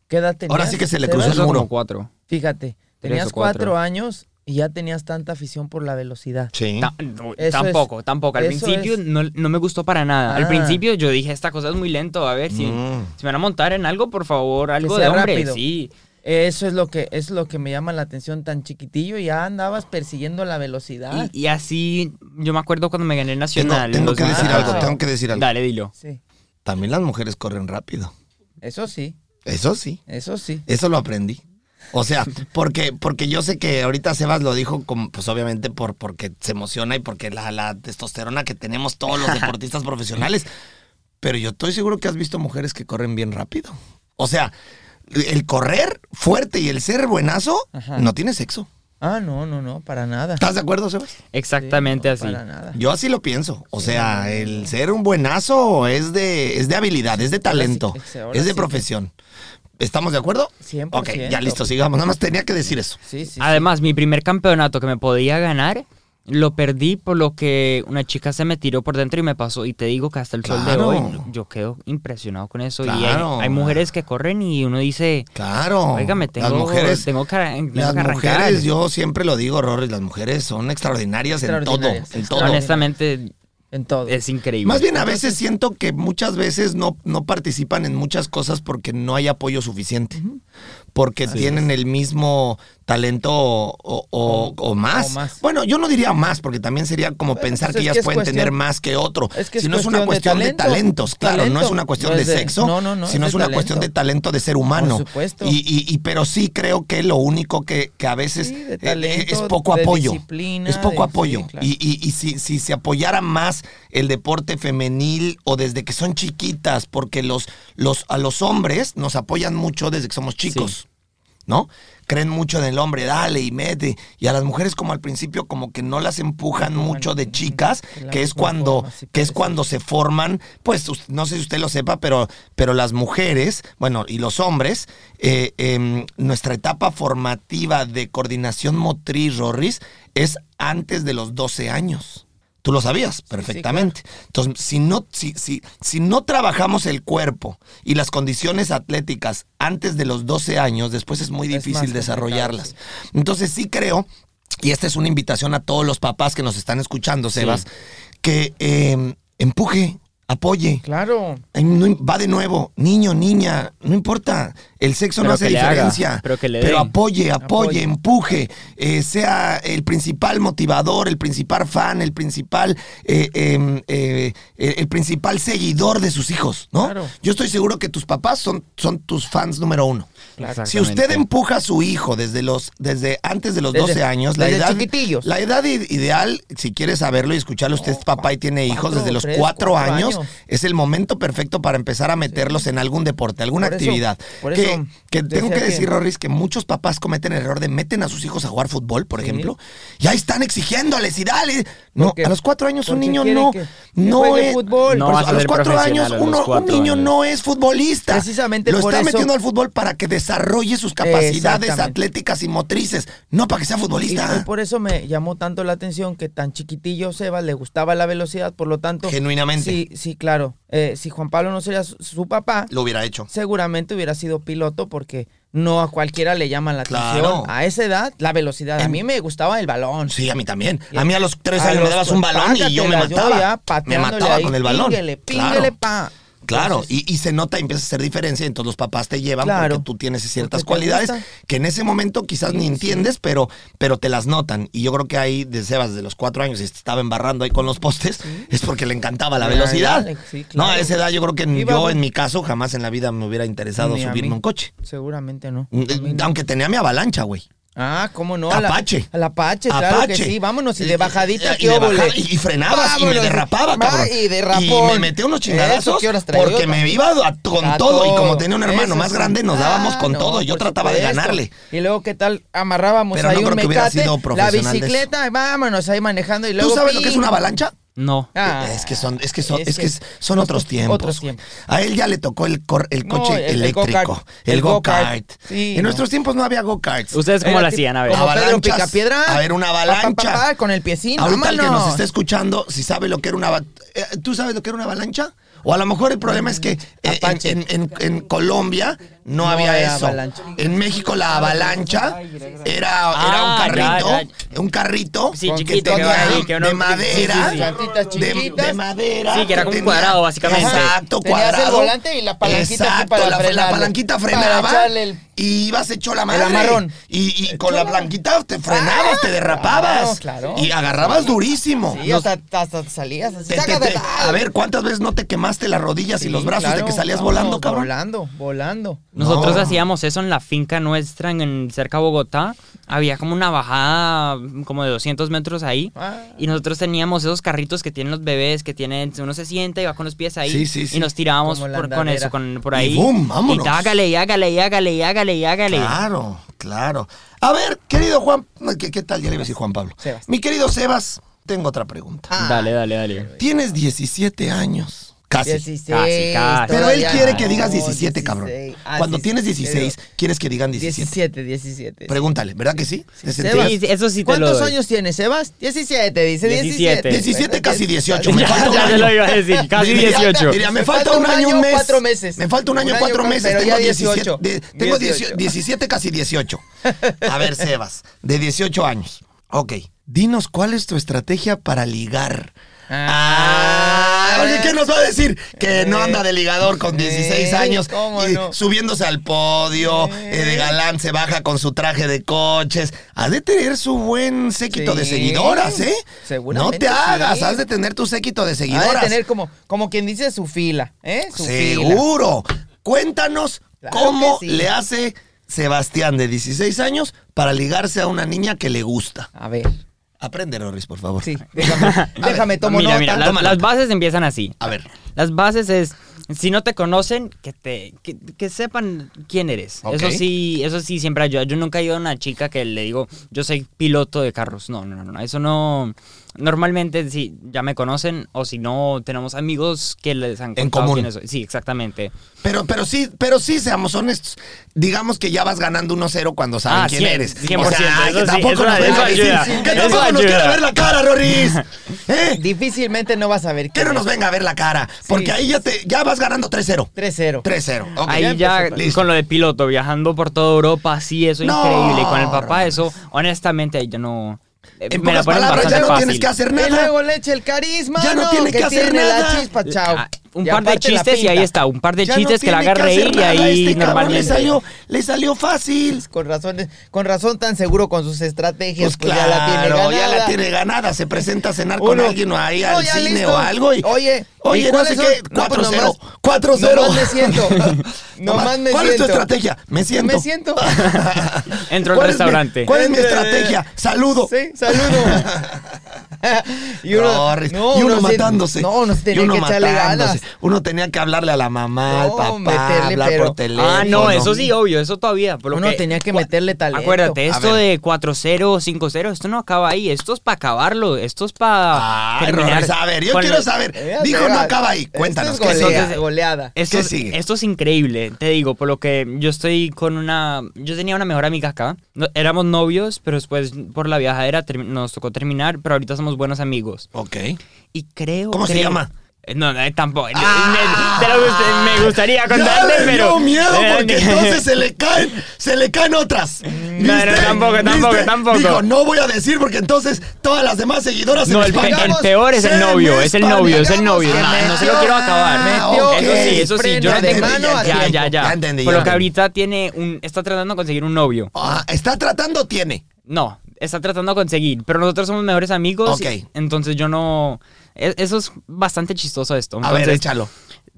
¿Qué edad tenías?
sí que se le
Sebas?
cruzó el
Eso
muro.
como cuatro.
Fíjate, tenías
o cuatro.
cuatro años y ya tenías tanta afición por la velocidad.
Sí.
Ta- no,
Eso
tampoco,
es-
tampoco. Al
eso
principio
es.
no, no me gustó para nada. Al
Ah.
principio yo dije, esta cosa es muy lento, a ver si,
Mm.
si me van a montar en algo, por favor, algo de
sea
hombre.
rápido.
Sí,
Eso es lo que es lo que me llama la atención tan chiquitillo y ya andabas persiguiendo la velocidad.
Y, y así, yo me acuerdo cuando me gané el
Tengo,
Nacional.
tengo
en
que decir
2014.
algo, tengo que decir algo.
Dale, dilo.
Sí,
También las mujeres corren rápido.
eso sí,
Eso sí.
eso sí.
Eso lo aprendí. O sea, porque, porque yo sé que ahorita Sebas lo dijo, como, pues obviamente por, porque se emociona y porque la, la testosterona que tenemos todos los deportistas profesionales. Pero yo estoy seguro que has visto mujeres que corren bien rápido. O sea, el correr fuerte y el ser buenazo
Ajá.
no tiene sexo.
Ah, no, no, no, para nada.
¿Estás de acuerdo, Sebas?
Exactamente
No,
así.
Para nada.
Yo así lo pienso. O sea, el ser un buenazo es de, es de habilidad, es de talento,
Ahora sí, ahora
es de
sí que-
profesión. ¿Estamos de acuerdo?
100%.
Ok, ya listo, sigamos. Nada más tenía que decir eso.
Sí, sí.
Además, mi primer campeonato que me podía ganar, lo perdí por lo que una chica se me tiró por dentro y me pasó. Y te digo que hasta el sol de
Claro.
hoy, yo quedo impresionado con eso. Y
Claro.
hay, hay mujeres que corren y uno dice,
Claro.
Oiga, me tengo-
las mujeres,
tengo que- tengo
las
que arrancar.
mujeres, yo siempre lo digo, Rory, las mujeres son extraordinarias,
Extraordinarias,
en todo, en todo.
extraordinarias.
honestamente,
En todo.
es increíble.
Más bien a veces siento que muchas veces no, no participan en muchas cosas porque no hay apoyo suficiente. Porque tienen el mismo talento o, o- o- o más.
o más.
Bueno, yo no diría más, porque también sería como
Bueno,
pensar
pues
que
es
ellas
que es
pueden tener
cuestión-
más que otro.
es que es
si no es una
cuestión
cuestión
de
de,
talento.
talentos, claro, no es
Talento,
una cuestión
no
de,
es de-
sexo,
no, no, no,
sino
es
es
de
una
talento.
cuestión de talento de ser humano.
Por supuesto.
Y, y- y- pero sí creo que lo único que, que a veces
Sí, de
eh,
talento,
es poco
de
apoyo.
disciplina,
Es poco
de-
apoyo.
sí, claro.
Y, y, y si, si se apoyara más el deporte femenil o desde que son chiquitas, porque los, los, a los hombres nos apoyan mucho desde que somos chicos, ¿no? Creen mucho en el hombre, dale y mete. Y a las mujeres como al principio como que no las empujan mucho de chicas,
de la
que es
misma
cuando,
forma, sí
que es
parece.
cuando se forman, pues us- no sé si usted lo sepa, pero, pero las mujeres, bueno, y los hombres, eh, em, nuestra etapa formativa de coordinación motriz, Rorris, es antes de los 12 años. Tú lo sabías perfectamente. Entonces, si no, si, si, si no trabajamos el cuerpo y las condiciones atléticas antes de los 12 años, después es muy
Es más
difícil
complicado,
desarrollarlas. Entonces sí creo, y esta es una invitación a todos los papás que nos están escuchando, Sebas, que eh, empuje, apoye.
Claro.
Ay, no im- va de nuevo, niño, niña, no importa. El sexo
Pero
no hace
que le haga,
diferencia.
pero que le den.
apoye, apoye,
Apoye.
empuje. eh, sea el principal motivador, el principal fan, el principal, eh, eh, eh, eh, el principal seguidor de sus hijos, ¿no?
Claro.
Yo estoy seguro que tus papás son, son tus fans número uno.
Claro.
Si usted
Exactamente.
empuja a su hijo desde los desde antes de los
Desde-
12 años, la
desde
edad
chiquitillos.
la edad i- ideal, si quiere saberlo y escucharlo, usted es papá y tiene hijos
cuatro,
desde los
tres,
4
cuatro
años,
años.
es el momento perfecto para empezar a meterlos en algún deporte, alguna
Por eso-
actividad.
por
que
eso
que tengo
decía
que
que-
decir, Rorris, que muchos papás cometen el error de meten a sus hijos a jugar fútbol, por ejemplo, y ahí están exigiéndoles y dale. No,
Porque-
a los 4 años un
porque
niño
quieren
no
que- que
no
juegue
es
fútbol.
No
por
vas
eso,
a
a los
ser
4
profesional
años
a los
uno, un
cuatro
niño
años.
no es futbolista.
Precisamente
lo
por
está
eso-
metiendo al fútbol para que desarrolle sus capacidades
Exactamente.
atléticas y motrices, no para que sea
Y
futbolista.
fue por eso me llamó tanto la atención que tan chiquitillo Sebas le gustaba la velocidad, por lo tanto.
Genuinamente.
Sí, sí, claro. Eh, si Juan Pablo no sería su, su papá,
Lo hubiera hecho.
seguramente hubiera sido piloto porque no a cualquiera le llama la
Claro.
atención. A esa edad, la velocidad. A
En-
mí me gustaba el balón.
Sí, a mí también. A mí a los tres
A
años me
los- pues,
dabas un balón y yo me
págatela,
mataba.
ya
me
pateándole
mataba
ahí,
con el balón.
pínguele,
Claro.
pínguele, pa.
Claro,
Entonces,
y, y se nota y empieza a hacer diferencia, entonces los papás te llevan
Claro.
porque tú tienes ciertas
Porque te
cualidades
gusta.
que en ese momento quizás ni entiendes, pero, pero te las notan. Y yo creo que ahí de Sebas de los cuatro años y se estaba embarrando ahí con los postes, es porque le encantaba la
Ya,
velocidad.
ya, sí,
No, a
claro.
esa edad yo creo que
Iba
yo
muy-
en mi caso jamás en la vida me hubiera interesado
Ni a
subirme
mí.
a un coche.
Seguramente no.
Mm, Aunque tenía mi avalancha, güey.
Ah, cómo no.
Apache.
A la Apache, claro que sí. Vámonos, y de bajadita,
Eh, Y,
¿qué
de
óvole?
bajada, y- y frenabas y
Vámonos.
me derrapaba,
Va,
cabrón.
Y
Y
derrapó.
me metía unos
Eso,
chingadazos
¿qué horas traía
porque
yo
me
también?
iba a- con
A
todo. Y como tenía un hermano
Eso
más
sí.
grande, nos
Ah,
dábamos con
no,
todo. Y yo
por
trataba de
supuesto.
ganarle.
Y luego, ¿qué tal? Amarrábamos
Pero
ahí
no
un
creo que hubiera
mecate,
sido
la
profesional de eso.
bicicleta, y vámonos ahí manejando. Y luego,
¿Tú sabes lo que es
¡ping!
una avalancha?
No.
Ah,
es que son, es que son,
es
es,
que
que es- son
otros-
otros tiempos.
otros
güey.
tiempos.
A él ya le tocó el, cor- el
No,
coche
el- el go-kart.
eléctrico,
El
el
go-kart.
go-kart.
Sí,
en
no.
nuestros tiempos no había go-karts.
¿Ustedes cómo
Era
lo
tipo-
hacían? A ver.
como Pedro
Avalanchas.
Picapiedra.
A ver, una
Pa, pa, pa,
avalancha.
pa, con el piecín,
Ahorita el que
vámonos.
nos está escuchando, si sabe lo que era una... ava- eh, ¿Tú sabes lo que era una avalancha? O a lo mejor el problema es que eh, en,
Apache.
en- en- en Colombia no,
No
había
había
eso.
avalancha. Ah,
En México la avalancha era, era un
Ah, ya,
carrito,
ya.
un carrito
Sí,
que
chiquito, que
tenía
ahí, que uno-
de madera,
sí, sí, sí.
Llantitas
de-
chiquitas.
de, madera.
Sí, que era como un
tenía-
cuadrado, básicamente.
Exacto,
Tenías el
cuadrado.
volante y la palanquita así
Exacto,
para
la, la
frenarle.
palanquita
Para
frenaba
echarle el-
y ibas hecho la madre.
amarrón.
Y, y con la palanquita te frenabas, te derrapabas.
Ah, claro, claro.
Y agarrabas durísimo.
Sí, hasta, hasta salías así.
Te- te-
sácate,
te-
ah.
a ver, ¿cuántas veces no te quemaste las rodillas y
Sí,
los brazos de
claro,
que salías
vámonos,
volando, cabrón?
Volando, volando.
Nosotros
No.
hacíamos eso en la finca nuestra, en, en- cerca de Bogotá. Había como una bajada mm, como de 200 metros ahí.
Ah.
Y nosotros teníamos esos carritos que tienen los bebés, que tienen, uno se sienta y va con los pies ahí.
Sí, sí, sí.
Y nos tirábamos
Como la
por- con
andadera.
eso, con, por
Y
ahí.
boom, vámonos.
Y hágale, y hágale, y hágale, y hágale, y hágale.
Claro, claro. A ver, querido Juan, ¿qué, qué tal? Ya le iba a decir Juan Pablo.
Sebas. Ah.
Mi querido Sebas, tengo otra pregunta.
Dale, dale, dale.
Tienes 17 años. Casi.
16,
Casi, casi.
Pero él
todavía
quiere
no,
que digas 17, cabrón.
16. Ah,
Cuando
sí,
tienes
sí,
16,
pero-
quieres que digan 17.
17, 17.
Pregúntale, ¿verdad que sí? ¿Te
Sebas,
sentías?
Sí, eso sí te lo
¿Cuántos
doy.
años tienes, Sebas? 17, dice 17.
17.
17, casi 18. Me
Ya,
falta un
ya te lo
año.
iba a decir, casi
Diría-
18.
Diría, me falta, un año, un mes.
cuatro meses.
Me falta un año,
Un año,
cuatro
pero
meses.
ya
Tengo 17,
18.
de- tengo
18.
17, casi 18. A ver, Sebas, de 18 años. Ok. Dinos cuál es tu estrategia para ligar.
Ah.
Ah, oye, ¿qué nos va a decir? Que no anda de ligador con 16
Eh,
años
¿cómo
y
no?
subiéndose al podio, eh, de galán se baja con su traje de coches. Has de tener su buen séquito de
Sí,
seguidoras, ¿eh?
seguramente
No te
sí.
hagas, has de tener tu séquito de
Ha
seguidoras.
de tener como, como quien dice su fila, ¿eh? Su fila.
Seguro. Cuéntanos
Claro
cómo
que sí.
le hace Sebastián de 16 años para ligarse a una niña que le gusta.
A ver,
Aprende, Rorris, por favor.
sí, déjame, déjame tomo
mira,
nota.
mira, las,
toma
las
nota.
bases empiezan así.
A ver.
Las bases es, si no te conocen, que te que, que sepan quién eres.
Ok.
Eso sí, eso sí siempre ayuda. Yo nunca he ido a una chica que le digo, yo soy piloto de carros. No, no, no, no. Eso no. Normalmente si ya me conocen o si no tenemos amigos que les han contado
común.
quiénes soy. Sí, exactamente.
Pero, pero sí, pero sí, seamos honestos. Digamos que ya vas ganando 1-0 cuando saben
Ah,
quién
cien,
eres.
cien
o
por
sea,
ciento,
que
eso sí,
tampoco
eso-
nos
eso
venga a decir,
ayuda,
que
eso
tampoco nos
ayuda.
quiera ver la cara, Rorris. ¿Eh?
Difícilmente no vas a ver
Que
quién
no nos
es.
venga a ver la cara. Porque ahí ya te, ya vas ganando 3-0.
3-0.
3-0. ok.
Ahí ya
Listo.
con lo de piloto, viajando por toda Europa, así, eso
No,
increíble. Y con el papá,
Roberto.
eso, honestamente, ahí ya no. eh,
En
me la
pocas
ponen
palabras, ya
bastante
no
fácil.
tienes que hacer
Que
nada.
luego le eche el carisma.
Ya no tiene que hacer
tiene la
nada.
chispa, chao.
Ah, Un
Y
par de
aparte la
chistes y ahí
pinta.
está. Un par de
Ya no
chistes que la
tiene
haga
hacer
reír y
nada,
ahí
este cabrón
normalmente.
Le salió, le salió fácil.
Con razón, con razón tan seguro con sus
Pues
estrategias. Pues,
claro,
ya la tiene ganada.
ganada. Se presenta a cenar con
Uno.
alguien o ahí
No,
al
ya
cine
listo.
o algo. Y,
Oye, ¿y
oye, no
cuáles
sé
son?
qué.
No, pues
4-0.
nomás-
4-0.
nomás me siento. Nomás me
¿Cuál es tu
siento.
estrategia? Me siento.
Me siento.
Entro
¿Cuál
al
es mi-
restaurante.
¿Cuál es mi
Entre-
estrategia? Saludo.
Sí, saludo.
Torres. y uno
sí-
matándose.
no, no se tenía
Y uno
que echarle
matándose.
ganas.
Uno tenía que hablarle a la mamá,
No,
al papá,
meterle,
hablar
pero-
por teléfono.
Ah, no, eso sí, obvio, eso todavía. por lo
Uno tenía que
cua-
meterle talento.
Acuérdate,
A
esto
ver.
de 4-0, 5-0, esto no acaba ahí. Esto es para acabarlo. Esto es para.
Ay, Rorris, a ver, Ah, yo
con
quiero
el-
saber. Dijo, no acaba ahí.
este
Esto
Cuéntanos.
es
¿qué
golea-
sigue?
goleada.
Esto,
¿Qué
es-
sigue?
esto es increíble, te digo, por lo que yo estoy con una... Yo tenía una mejor amiga acá, no- éramos novios, pero después por la viajadera termi- nos tocó terminar, pero ahorita somos buenos amigos.
Ok.
Y creo...
¿Cómo se
creo-
llama?
Eh, No, no, tampoco.
¡Ah!
Me, te lo gust- me gustaría contarte,
Ya le
pero...
dio miedo
eh,
porque entonces se le caen, se le caen otras. ¿Viste?
no, tampoco, tampoco, tampoco.
Digo, no voy a decir porque entonces todas las demás seguidoras
No,
se
el,
me
pe-
espantan.
el peor es
Se
el
me
novio, es el novio, es el
espantan.
novio.
Ah,
No, no se lo quiero acabar.
ah,
metió
ok.
Eso sí, eso sí, yo
Freno
no
de
tengo...
mano a
ya, ya,
tiempo.
ya.
Ya entendí,
Por
ya
lo que
entendí.
ahorita tiene un... Está tratando de conseguir un novio.
Ah, está tratando, tiene.
No, está tratando de conseguir, pero nosotros somos mejores amigos.
Ok.
Entonces yo no... e- Eso es bastante chistoso esto.
A ver,
Entonces,
échalo.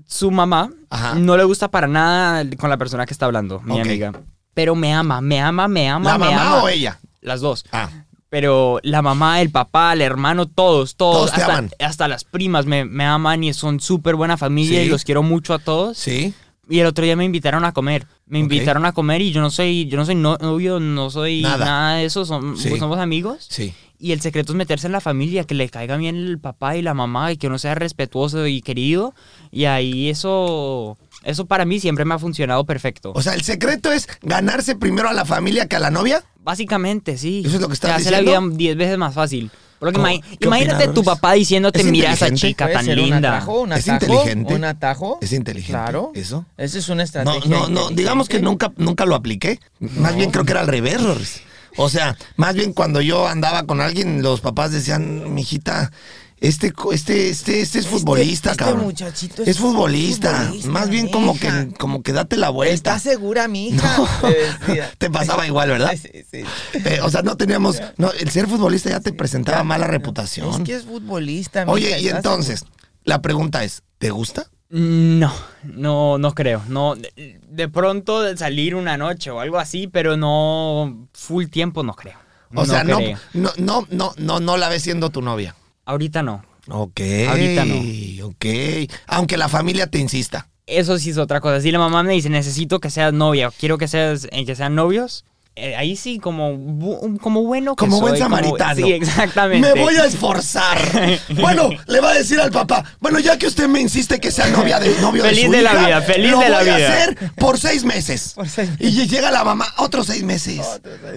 Su mamá
Ajá.
no le gusta para nada con la persona que está hablando, mi
Ok.
amiga. Pero me ama, me ama, me ama,
¿La
me
mamá
ama.
o ella?
Las dos.
Ah.
Pero la mamá, el papá, el hermano, todos, todos.
Todos te
hasta,
aman.
hasta las primas me, me aman y son súper buena familia
Sí.
y los quiero mucho a todos.
Sí.
Y el otro día me invitaron a comer. Me
Ok.
invitaron a comer y yo no soy, yo no soy no- novio, no soy
Ny-
nada, de eso. son-
Sí.
Somos amigos.
Sí.
Y el secreto es meterse en la familia, que le caiga bien el papá y la mamá y que uno sea respetuoso y querido. Y ahí eso, eso para mí siempre me ha funcionado perfecto.
O sea, el secreto es ganarse primero a la familia que a la novia.
Básicamente, sí.
¿Eso es lo que estás
Te hace la
diciendo?
vida 10 veces más fácil. Porque
¿Cómo?
imagi-
¿Qué
imagínate
opinas,
tu
Luis?
papá diciéndote,
¿Es
mira a esa
inteligente?
chica
Puede
tan
ser un
linda.
atajo, un
¿Es
atajo,
inteligente?
Un atajo.
¿Es inteligente
Claro.
eso?
Esa es una
No,
estrategia.
no, no,
inteligente.
digamos que nunca, nunca lo apliqué. Más bien creo que era al revés, Rorris. O sea, más bien cuando yo andaba con alguien, los papás decían, mijita, este, co- este, este, este es futbolista,
este
cabrón.
muchachito
es,
es
futbolista.
futbolista,
Más bien como que,
mija.
como que date la vuelta.
¿Estás segura, mi hija?
No.
Te decía.
Te pasaba igual, ¿verdad?
Sí, sí.
Eh, o sea, no teníamos. No, el ser futbolista ya te presentaba mala reputación.
Es que es futbolista. mija,
Oye, y
¿estás
entonces, la pregunta es: ¿te gusta?
No, no, no creo. No, de, de pronto de salir una noche o algo así, pero no full tiempo no creo.
O sea, no,
creo.
no, no, no, no, no la ves siendo tu novia.
Ahorita no.
Ok.
Ahorita
Ok. Aunque la familia te insista.
Eso sí es otra cosa. Si la mamá me dice, necesito que seas novia, o quiero que seas, eh, que sean novios, eh, ahí sí, como, bu- como bueno que
Como buen
soy,
samaritano.
sí, exactamente.
Me voy a esforzar. Bueno, le va a decir al papá, bueno, ya que usted me insiste que sea novia de novio de
Feliz
su
de la
hija,
vida, feliz
lo
de la
voy a
vida.
hacer por seis meses.
Por seis
Y lle- llega la mamá, otros seis meses.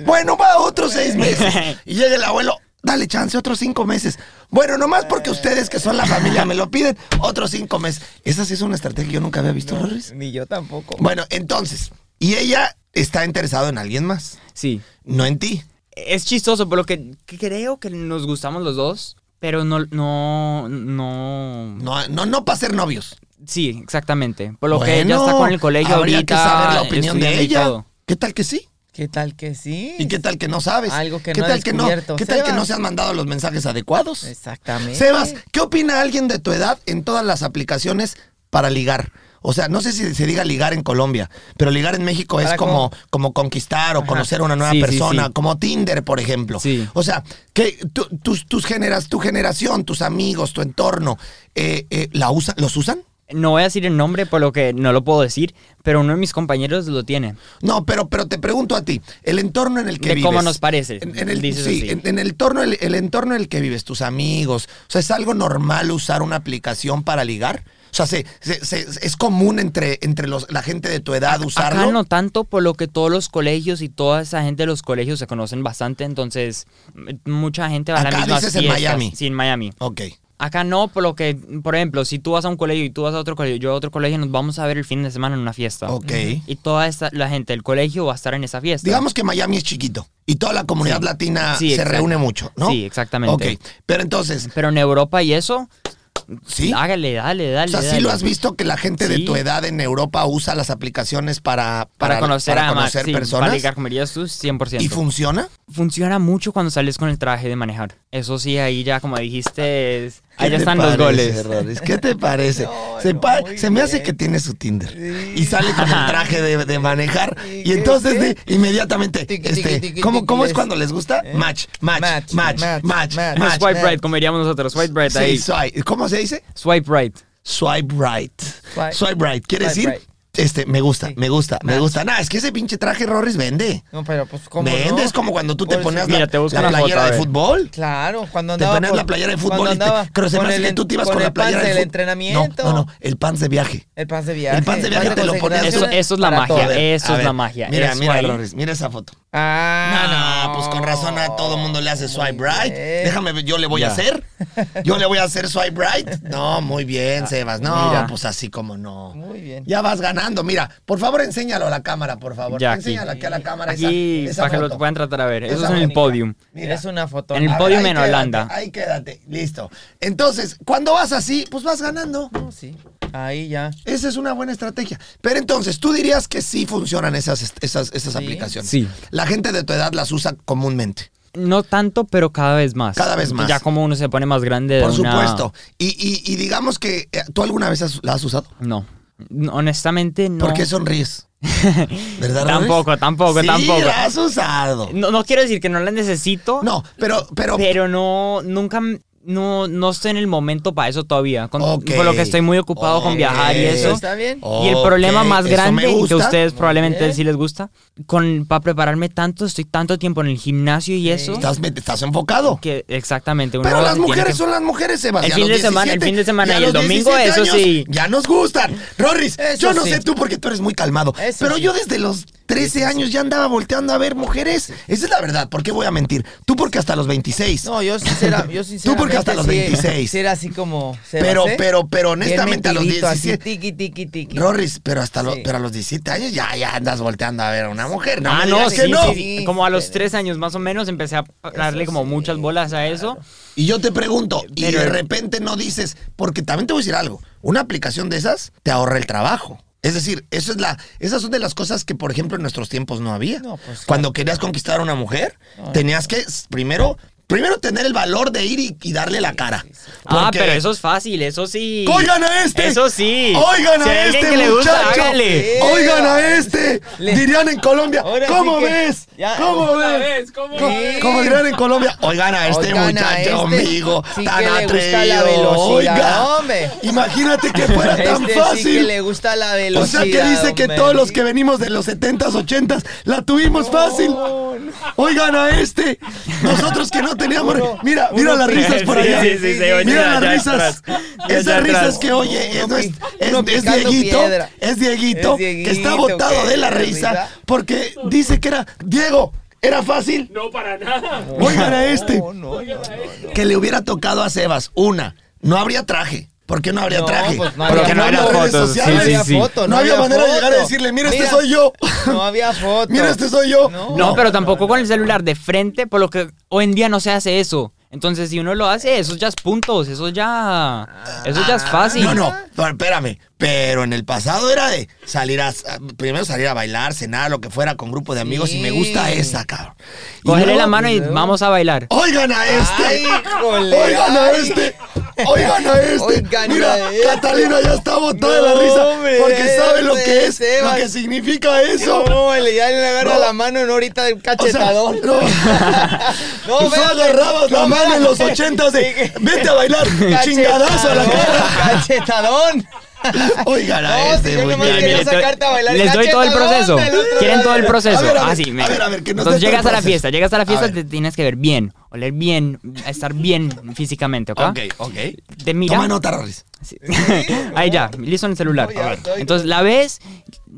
Bueno, va otros seis meses. Y llega el abuelo, dale chance, otros cinco meses. Bueno, nomás porque ustedes que son la familia me lo piden, otros cinco meses. Esa sí es una estrategia que yo nunca había visto, Rorris.
segura? Ni yo tampoco.
Bueno, entonces, y ella está interesada en alguien más,
Sí.
no en ti.
Es chistoso, por lo que creo que nos gustamos los dos, pero no, no, no.
No, no, no para ser novios.
Sí, exactamente. Por lo que ella
Bueno,
está con el colegio
habría
ahorita.
que saber la opinión de
estudiando y
ella.
todo.
¿Qué tal que sí?
¿Qué tal que sí?
¿Y qué tal que no sabes?
Algo que
¿Qué
no ha
tal que no?
descubierto,
¿Qué tal que
Sebas?
no se han mandado los mensajes adecuados?
Exactamente.
Sebas, ¿qué opina alguien de tu edad en todas las aplicaciones para ligar? O sea, no sé si se diga ligar en Colombia, pero ligar en México es
Para
como, como conquistar o conocer a una nueva
Sí, sí,
persona,
sí.
como Tinder, por ejemplo.
Sí.
O sea, que tu, tus, tus generas, tu generación, tus amigos, tu entorno, eh, eh, ¿la usa- ¿los usan?
No voy a decir el nombre, por lo que no lo puedo decir, pero uno de mis compañeros lo tiene.
No, pero, pero te pregunto a ti, el entorno en el que
De
vives.
cómo nos parece,
En, en el,
dices
sí,
así.
en, en el, torno, el, el entorno en el que vives, tus amigos. O sea, ¿es algo normal usar una aplicación para ligar? O sea, ¿se, se- se- es común entre, entre los, la gente de tu edad usarlo?
Acá no tanto, por lo que todos los colegios y toda esa gente de los colegios se conocen bastante, entonces m- mucha gente va a
Acá
la misma
dices en Miami.
Sí, en Miami.
Ok.
Acá no, por lo que, por ejemplo, si tú vas a un colegio y tú vas a otro colegio, yo a otro colegio, nos vamos a ver el fin de semana en una fiesta.
Ok.
Y toda esta, la gente del colegio va a estar en esa fiesta.
Digamos que Miami es chiquito y toda la comunidad latina
Sí,
se
exacto.
reúne mucho, ¿no?
Sí, exactamente.
Ok, pero entonces,
Pero en Europa y eso,
¿sí?
hágale, dale,
O
dale.
sea, sí
dale.
lo has visto que la gente de
Sí.
tu edad en Europa usa las aplicaciones para,
Para, conocer
para
a Max,
conocer
sí,
personas.
Para ligar con ellas, tú 100%.
¿Y funciona?
Funciona mucho cuando sales con el traje de manejar. Eso sí, ahí ya, como dijiste, es-
¿Qué
allá
te
están los
parece,
goles.
Rorris? ¿Qué te parece? se
no,
pa-
muy
se me hace
bien.
que tiene su Tinder. Y sale con el traje de, de manejar. Y entonces de- inmediatamente,
Tiki, tiki,
este,
tiki,
¿cómo,
tiki,
cómo es
les-
cuando les gusta?
¿Eh?
Match, match, match,
Match,
match,
match,
match,
match.
Ah,
match.
swipe right, como diríamos nosotros. Swipe right
Sí,
ahí.
swipe. ¿Cómo se dice?
Swipe right.
Swipe right.
Swipe-
Swipe right. ¿Quiere
Swipe
decir?
right.
Este, me gusta,
Sí.
me gusta, me
Match.
gusta. Nah, es que ese pinche traje Rorris vende.
No, Pues, pero pues como.
Vende, es como cuando tú te
Por
ponías
eso-
la,
Mira, te busco
la
una foto,
playera
a
de
ver.
fútbol.
Claro, cuando
Te
andaba.
ponías
por-
la playera de fútbol
cuando
y te,
andaba
pero se me
con
hace
el
que
en-
tú te ibas con, la
el pan
playera de
del
fútbol.
entrenamiento.
No, no, no, el pan de viaje.
El pan de viaje.
el pan de viaje te lo ponías.
Eso- eso es la
para
magia,
todo.
eh. eso
a
es la magia,
Mira,
es
mira,
guay.
Loris, mira esa foto.
Ah,
no, pues con razón a todo mundo le hace
Muy
swipe right.
bien.
Déjame ver, yo le voy a
Ya.
hacer. Yo le voy a hacer swipe right. No, muy bien, Sebas. No,
Ah, mira.
pues así como no.
Muy bien.
Ya vas ganando. Mira, por favor, enséñalo a la cámara, por favor.
Ya, aquí.
Enséñalo aquí a la cámara esa-
Aquí,
esa,
para que lo
foto.
puedan tratar a ver. Eso
Esa
es en el
bonita.
podium.
Mira.
Es una foto.
En el
A ver,
podio
ahí
en
quédate,
Holanda.
Ahí quédate, listo. Entonces, cuando vas así, pues vas ganando.
No, sí. Ahí ya.
Esa es una buena estrategia. Pero entonces, ¿tú dirías que sí funcionan esas, est- esas, esas
Sí.
aplicaciones?
Sí.
La gente de tu edad las usa comúnmente.
No tanto, pero cada vez más.
Cada vez más.
Ya como uno se pone más grande de
Por
una-
supuesto. Y, y- y digamos que, eh, ¿tú alguna vez has- la has usado?
No. No, Honestamente, no.
¿Por qué sonríes? ¿Verdad? Rorris?
Tampoco, tampoco,
Sí,
tampoco.
la has usado.
No, no quiero decir que no la necesito.
No, pero, pero,
Pero no, nunca, m- no, no estoy en el momento para eso todavía. Con,
Ok.
con lo que estoy muy ocupado con viajar y
Ok.
eso.
¿Está bien?
Y el problema
Ok,
más
eso me
grande y que
gusta.
a ustedes probablemente
bien.
sí les gusta, con para prepararme tanto, estoy tanto tiempo en el gimnasio y eso.
Estás, met- estás enfocado.
Que exactamente. uno
Pero las
tiene
mujeres
que-
son las mujeres, Sebastián.
El fin
a los
de semana- el
17,
fin de semana
a
y el
los
domingo,
17
eso
años,
sí.
Ya nos gustan. Rorris,
Eso
yo no
sí.
sé tú porque tú eres muy calmado.
Eso
pero
sí.
yo desde los 13 años ya andaba volteando a ver mujeres. Esa es la verdad. ¿Por qué voy a mentir? Tú porque hasta los 26.
No, yo sincera, yo sinceramente
porque hasta los
sí-
26.
sí era así como
Pero-
se
¿eh?
va a hacer.
pero- pero honestamente a los
Bien mentirito, así,
17.
Tiqui, tiqui, tiqui.
Rorris, pero hasta lo-
Sí.
pero a los 17 años ya, ya andas volteando a ver a una mujer. No
Ah,
me
no,
digas
sí,
que
sí,
no.
sí. Como a los tres años más o menos empecé a darle como muchas bolas a eso.
Y yo te pregunto, y
Pero-
de repente no dices, porque también te voy a decir algo, una aplicación de esas te ahorra el trabajo. Es decir, eso es la, esas son de las cosas que, por ejemplo, en nuestros tiempos no había.
No, pues,
Cuando querías conquistar a una mujer, tenías que s- primero, primero tener el valor de ir y, y darle la cara.
Ah,
Porque-
pero eso es fácil, eso sí.
¡Oigan a este!
Eso sí.
¡Oigan a
Si hay alguien
este,
que le gusta,
muchacho!
hágale.
¡Oigan a este! Dirían en Colombia,
Ahora sí
¿cómo
que-
ves?
ya-
¿Cómo
Otra
ves?
¿Cómo
Co- Como dirán en Colombia, oigan a este
Oigan a
muchacho,
este,
amigo,
sí
tan
que le
atrevido.
gusta la velocidad,
oiga,
hombre.
imagínate que fuera tan
Este
fácil.
sí que le gusta la
o sea
velocidad.
que dice que
hombre.
todos los que venimos de los 70s, 80s, la tuvimos fácil. Oigan a este. Nosotros que no teníamos. re- Mira, mira las risas por
Sí,
allá.
sí, sí, se oye
mira
allá
las risas.
atrás. Allá
Esas
atrás.
risas que oye, es,
Uno
es-
pi-
es-
uno
es
picando
Dieguito,
piedra.
es Dieguito,
Es
que está
Dieguito,
botado
que
de la
de
risa
risa.
porque dice que era. Diego, era fácil.
No, para nada.
Oigan a este.
No, no, no, no.
Que le hubiera tocado a Sebas. Una, no habría traje. ¿Por qué no habría
No,
traje?
pues no
Porque
había
no había
había redes
fotos. Sí,
No
sociales.
había
sí, sí.
foto,
No había manera de
foto.
llegar a decirle, "Mira, este soy yo".
No había foto.
Mira, este soy yo.
No.
No, pero tampoco con el celular de frente, por lo que hoy en día no se hace eso. Entonces, si uno lo hace, esos ya es puntos, eso ya. Eso ya es fácil.
Ah, No, no, no, espérame. Pero en el pasado era de salir a, a- primero salir a bailar, cenar, lo que fuera con grupo de amigos. Y me gusta
Sí.
esa, cabrón. Y
Cógele
luego,
la mano y
luego-
vamos a bailar.
Oigan a este.
Ay, híjole,
Oigan a
ay.
este. Oigan a este.
Oigan a
Mira,
este.
Catalina ya está botada de la
No,
risa.
hombre,
porque sabe lo que
este,
es, lo
Sebas.
que significa eso.
No, le- ya le agarra
No.
la mano en ahorita del
O sea,
cachetadón.
no.
No,
Tú
espérate.
agarrabas la
No,
mano en los
espérate.
ochentas de
Sí.
vete a bailar, chingadazo a la cara.
Cachetadón.
Oigan a
No,
este,
si yo nomás
muchacho.
quería
les doy-
sacarte a bailar.
les doy todo el
Cachetadón
proceso.
del otro
Quieren
lado.
todo el proceso.
A ver, a ver,
Así,
a
mira.
ver, a ver, que nos
Entonces
dé todo
llegas
el
a la
proceso.
fiesta, llegas a la fiesta,
A ver.
te tienes que ver bien, oler bien, estar bien físicamente, ¿ok?
Ok, ok.
Te mira.
Toma nota, Rorris.
Sí. Ahí ya, listo en el celular.
No, ya
A ver.
estoy.
Entonces la ves,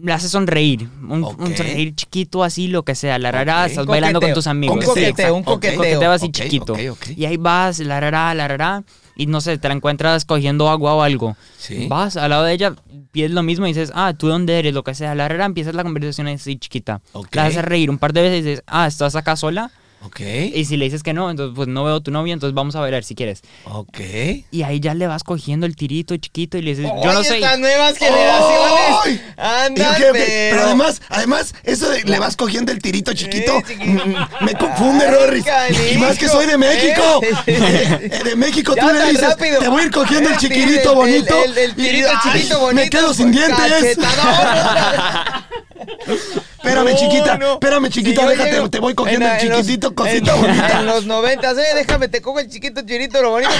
la haces sonreír. Un, un
Ok.
sonreír chiquito, así, lo que sea. La rará,
Ok.
estás bailando con
Coqueteo.
tus amigos.
Un
Con que sea,
coqueteo, un
exacto.
Un
coqueteo.
coqueteo así
Ok,
chiquito.
ok, ok.
Y ahí vas, la rará, la rará. Y no sé, te la encuentras cogiendo agua o algo.
Sí.
Vas al lado de ella, pides lo mismo y dices, ah, ¿tú dónde eres? Lo que sea. La rará, empiezas la conversación así chiquita.
Ok.
La haces reír un par de veces y dices, ah, ¿estás acá sola?
Ok,
Y si le dices que no, entonces pues no veo tu novia, entonces vamos a bailar si quieres.
ok.
Y ahí ya le vas cogiendo el tirito chiquito y le dices, yo
Oye,
no sé.
Estas nuevas generaciones.
¡Ay!
Andan,
Ok, ok, Pero
pero
además, además, eso de le vas cogiendo el tirito chiquito,
Sí, chiquito.
mm, me confunde,
Ay,
Rorris. Y
canijo,
más que soy de México.
¿eh?
Eh, De México
Ya
tú le
tan
dices,
rápido.
te voy a ir cogiendo el
El tiri-
chiquitito
el-
bonito.
el- el
y,
tirito
ay,
chiquito
Me
bonito,
quedo sin dientes.
cachetadón.
Espérame,
No,
chiquita.
no.
Espérame, chiquita.
Si yo
déjate,
llego-
te voy cogiendo
en-
el
en los-
chiquitito,
en-
cosita bonita.
En los noventas, eh, déjame, te cojo el chiquito, chirito, lo bonito.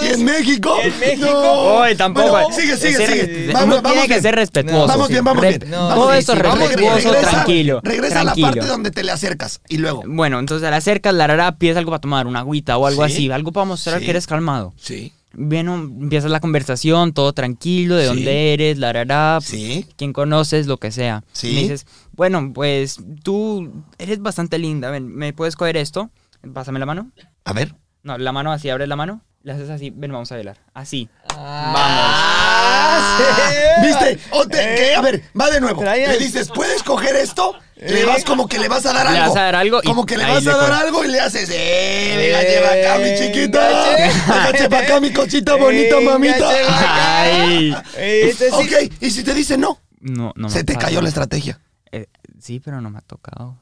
¿Y en México?
¿En México?
Oye, tampoco.
Bueno, sigue, sigue,
Ese-
sigue.
uno
Vamos,
tiene
vamos
que
bien.
ser respetuoso.
Vamos
sí.
bien, vamos
Re-
bien.
No,
Vamos
todo
bien.
eso
sí, vamos bien.
respetuoso,
Regresa-
tranquilo.
Regresa a la
tranquilo.
parte donde te le acercas y luego.
Bueno, entonces la acercas, la rara, pides algo para tomar, una agüita o algo
Sí.
así, algo para mostrar
Sí.
que eres calmado.
Sí.
Bueno, empiezas la conversación, todo tranquilo, de
Sí.
dónde eres, la rara,
Sí.
quién conoces, lo que sea.
Sí.
Me dices, bueno, pues tú eres bastante linda, ven, ¿me puedes coger esto? Pásame la mano.
A ver.
No, la mano así, abres la mano, la haces así, ven, vamos a bailar. Así.
Ah, ¿Viste? O te- que, a ver, va de nuevo.
Trae
Le
el-
dices, ¿puedes coger esto? Le vas como que le vas a dar algo.
Le vas a dar algo y
Como que le
ahí
vas
le
a dar
coges.
algo y le haces, ¡eh! Venga, lleva acá, mi chiquita.
Venga,
Venga, para acá, mi cosita bonita,
Venga,
mamita.
lleva acá.
Ay.
Este sí.
Ok, y si te dice no,
No, no me
se
ha
te
pasado.
cayó la estrategia.
Eh, sí, pero no me ha tocado.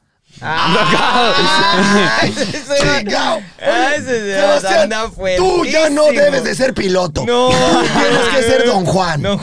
Ah, ese era-
Chingao.
Ah, ese era-
Sebastián,
anda
tú ya no
fuertísimo.
debes de ser piloto.
No,
Tú tienes que ser Don Juan.
No.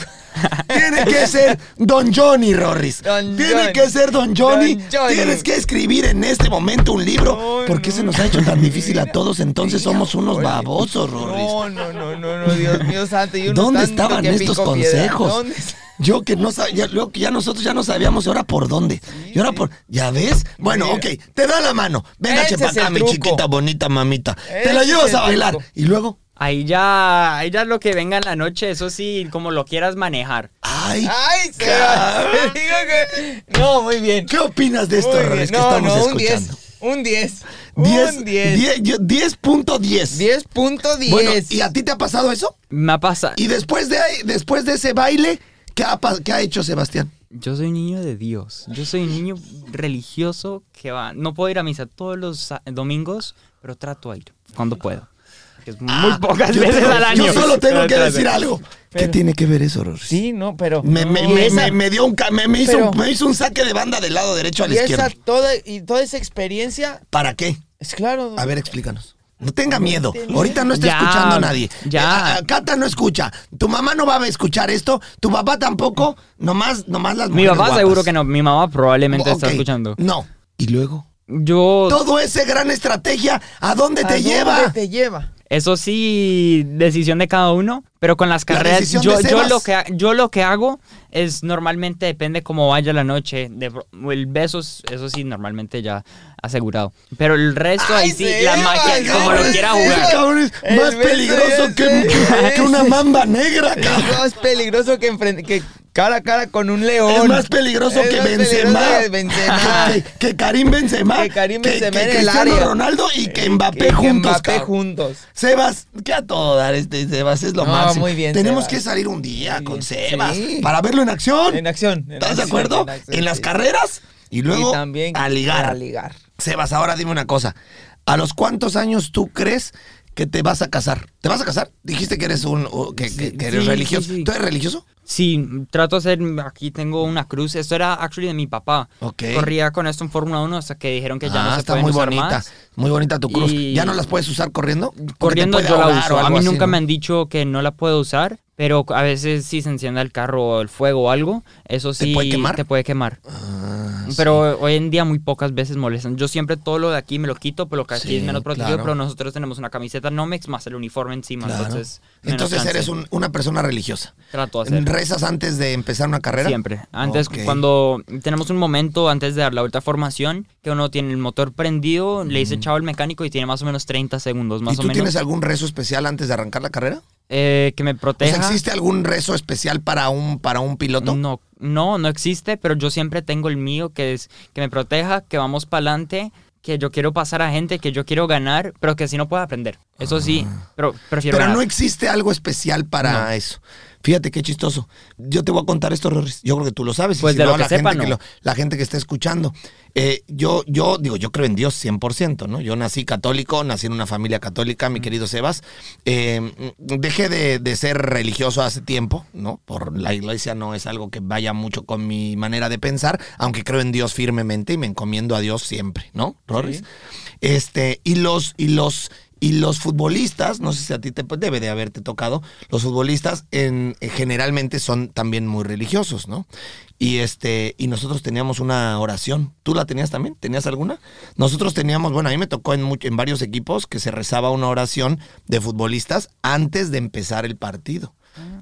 Tiene que ser Don Johnny, Rorris.
Don
Tiene
Johnny.
que ser Don Johnny.
Don Johnny.
Tienes que escribir en este momento un libro.
Ay,
¿Por qué
no.
se nos ha hecho tan difícil a todos? Entonces somos unos babosos, Rorris.
No, no, no, no, no, Dios mío santo. y uno
¿Dónde
tanto
estaban
que
estos
picó piedra.
consejos?
¿Dónde está?
Yo que no sabía, luego que ya nosotros ya no sabíamos, ¿y ahora por dónde? ¿Y ahora por.? ¿Ya ves? Bueno, ok, te da la mano. Ven a
Ese es
acá,
el
mi
truco.
chiquita bonita mamita. te
Ese
la
es
llevas
el
a bailar.
truco.
Y luego.
Ahí ya, ahí ya lo que venga en la noche, eso sí, como lo quieras manejar.
¡Ay!
Ay, se
Cabrón.
Te digo que. No, muy bien.
¿Qué opinas de esto,
Muy bien.
Rorris, que
no,
estamos
no, un 10.
escuchando?
Un 10. Un 10.
10. 10.10.
10.10.
Bueno, ¿y a ti te ha pasado eso?
Me ha pasado.
Y después de, ahí- después de ese baile, ¿qué ha, pas- qué ha hecho Sebastián?
Yo soy niño de Dios. Yo soy un niño religioso que va. No puedo ir a misa todos los sa- domingos, pero trato a ir cuando puedo. Que Es muy pocas
Ah, Yo
veces
tengo-
al año.
Yo solo tengo que
Trato.
decir algo. ¿Qué tiene que ver eso, Rorris?
Sí, no, pero.
Me, me-
Y
me-
esa-
me- me dio un, ca- me, me hizo
Pero-
un, me hizo un saque de banda del lado derecho al
Y esa
izquierdo.
toda, y toda esa experiencia,
¿Para qué?
es claro.
A ver, explícanos. No tenga miedo.
tenía-
Ahorita no está
Ya,
escuchando a nadie.
ya.
Eh, a- a- Cata no escucha. Tu mamá no va a escuchar esto. Tu papá tampoco. Nomás, nomás las
Mi
mujeres
papá
guapas.
seguro que no. Mi mamá probablemente está
Ok,
escuchando.
No. ¿Y luego?
Yo,
Todo ese gran estrategia, ¿a dónde
¿a
te
dónde
lleva?
te lleva?
eso sí, decisión de cada uno, pero con las
La
carreras,
decisión
yo,
de
yo,
Sebas.
lo que, ha- yo lo que hago es normalmente depende cómo vaya la noche. De, pro- el beso, es- eso sí, normalmente ya asegurado. Pero el resto,
Ay,
ahí sí, la
Sebas,
magia, como lo
Sebas,
quiera
Sebas.
jugar.
Ese cabrón es
El
más
beso
peligroso
ese,
que, que- que una
ese.
mamba negra, cabrón.
Es más peligroso que, enfren- que cara a cara con un león.
Es más peligroso
Es
que
más
Benzema.
peligroso que Benzema.
Que, que- que Karim Benzema.
Que Karim Benzema
que
en el
Cristiano
área. Eh,
Ronaldo y que Mbappé
Que- que
juntos.
Mbappé
cabrón.
juntos.
Sebas, que a todo dar este Sebas es lo
No,
máximo.
muy bien,
Tenemos
Sebas.
que salir un día
Muy
con
bien.
Sebas
Sí.
para verlo en acción.
En acción. en
¿Estás de
acción,
acuerdo? En,
acción,
las
sí.
carreras y luego
Y también
a ligar.
A ligar.
Sebas, ahora dime una cosa. ¿A los cuántos años tú crees que te vas a casar? ¿Te vas a casar? Dijiste que eres un o que, que- que eres
sí,
religioso.
sí, sí.
¿Tú eres religioso?
Sí, trato de hacer, aquí tengo una cruz, esto era actually de mi papá.
Ok.
Corría con esto en Fórmula 1 hasta que dijeron que ya
Ah,
no se
está
pueden
muy
usar
bonita.
más.
Muy bonita tu cruz.
Y-
¿Ya no las puedes usar corriendo? Porque te
Corriendo
puede
yo la
ahogar o
uso, a
algo
mí
así,
nunca
¿no?
me han dicho que no la puedo usar, pero a veces si se enciende el carro o el fuego o algo, eso
¿Te
sí
puede quemar?
te puede quemar.
Ah, sí.
Pero hoy en día muy pocas veces molestan. Yo siempre todo lo de aquí me lo quito, pero lo que aquí
Sí,
es menos protegido,
claro.
pero nosotros tenemos una camiseta Nomex más el uniforme encima,
Claro.
entonces... menos
Entonces
chance.
eres un- una persona religiosa.
Trato de hacer.
¿Rezas antes de empezar una carrera?
Siempre. Antes,
Ok.
cuando tenemos un momento antes de dar la vuelta a formación, que uno tiene el motor prendido, le dice chao al mecánico y tiene más o menos 30 segundos,
¿Y
más o
tú
menos.
tienes algún rezo especial antes de arrancar la carrera?
eh, que me
O sea,
proteja.
¿existe algún rezo especial para un, para un piloto?
No, no, no existe, pero yo siempre tengo el mío, que es que me proteja, que vamos para adelante, que yo quiero pasar a gente, que yo quiero ganar, pero que si no puedo aprender. Eso sí, pero prefiero
Ah. Pero
ganar.
no existe algo especial para
No.
eso. Fíjate qué chistoso. Yo te voy a contar esto, Rorris. Yo creo que tú lo sabes. y
Pues
si
de
no,
lo que
la
sepa,
gente que
no.
lo- la gente que está escuchando. Eh, yo, yo digo, yo creo en Dios 100%, ¿no? Yo nací católico, nací en una familia católica,
Mm.
mi querido Sebas. Eh, dejé de, de ser religioso hace tiempo, ¿no? Por la iglesia no es algo que vaya mucho con mi manera de pensar, aunque creo en Dios firmemente y me encomiendo a Dios siempre, ¿no, Rorris? Este, y los, y los, y los futbolistas, no sé si a ti te pues, debe de haberte tocado, los futbolistas en, eh, generalmente son también muy religiosos, ¿no? Y este, y nosotros teníamos una oración. ¿Tú la tenías también? ¿Tenías alguna? Nosotros teníamos, bueno, a mí me tocó en, much- en varios equipos que se rezaba una oración de futbolistas antes de empezar el partido.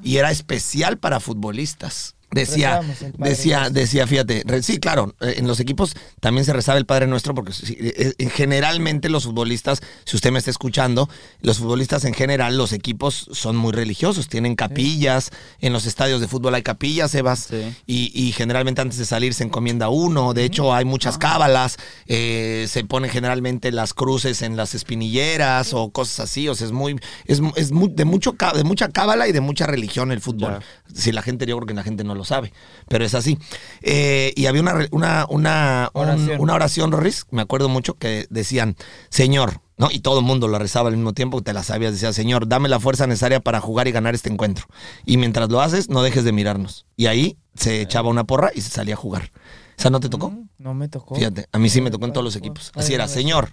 Y era especial para futbolistas. Decía,
Rezábamos el Padre
decía,
Nuestro.
decía, fíjate, re- sí, claro, eh, en los equipos también se rezaba el Padre Nuestro, porque sí, eh, eh, generalmente los futbolistas, si usted me está escuchando, los futbolistas en general, los equipos son muy religiosos, tienen capillas, en los estadios de fútbol hay capillas, Sebas,
Sí.
y, y generalmente antes de salir se encomienda uno, de hecho hay muchas cábalas, eh, se ponen generalmente las cruces en las espinilleras o cosas así, o sea, es muy, es, mu- es mu- de, mucho, cá- de mucha cábala y de mucha religión el fútbol.
Ya.
Si la gente, yo creo que la gente no lo sabe, pero es así. Eh, y había una, re- una, una, un-
Oración.
una oración, Rorris, me acuerdo mucho, que decían, Señor, ¿no? Y todo el mundo lo rezaba al mismo tiempo, te la sabías, decía, Señor, dame la fuerza necesaria para jugar y ganar este encuentro. Y mientras lo haces, no dejes de mirarnos. Y ahí se echaba una porra y se salía a jugar. O sea, ¿no te tocó?
No me tocó.
Fíjate, a mí sí me tocó en todos los equipos. Así era,
Ay, Mm, no,
Señor,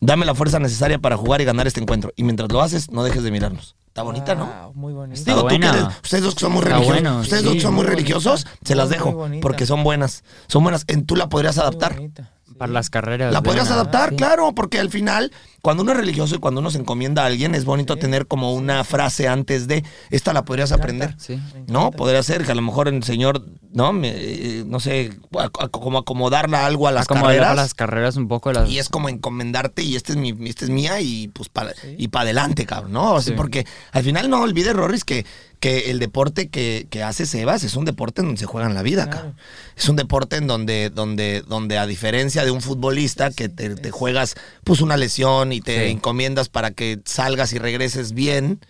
dame la fuerza necesaria para jugar y ganar este encuentro. Y mientras lo haces, no dejes de mirarnos. Está bonita, ¿no?
Wow, Ah, Muy bonita.
Está
Digo, tú
buena.
que eres- ustedes dos que son muy
Está
religiosos,
bueno,
ustedes
sí,
dos que son muy,
muy
religiosos,
bonita.
se las
Muy, muy
dejo
bonita.
porque son buenas, son buenas. En tú la podrías
muy
adaptar.
bonita, sí.
Para las carreras.
La podrías
buena.
adaptar,
Sí.
claro, porque al final, cuando uno es religioso y cuando uno se encomienda a alguien, es bonito tener como una frase antes de, esta la podrías aprender.
Sí.
No, podría ser que a lo mejor el señor, no, Me- eh, no sé, a- a- como acomodarla algo a las
Acomodar
carreras.
para las carreras un poco. Las...
Y es como encomendarte y este es mi, este es mía y pues para y para adelante, cabrón, ¿no? Así
Sí.
porque al final no olvides, Rorris, que, que el deporte que, que hace Sebas es un deporte en donde se juegan la vida, cabrón. Es un deporte en donde, donde, donde a diferencia de un futbolista que te, te juegas pues una lesión y te
Sí.
encomiendas para que salgas y regreses bien.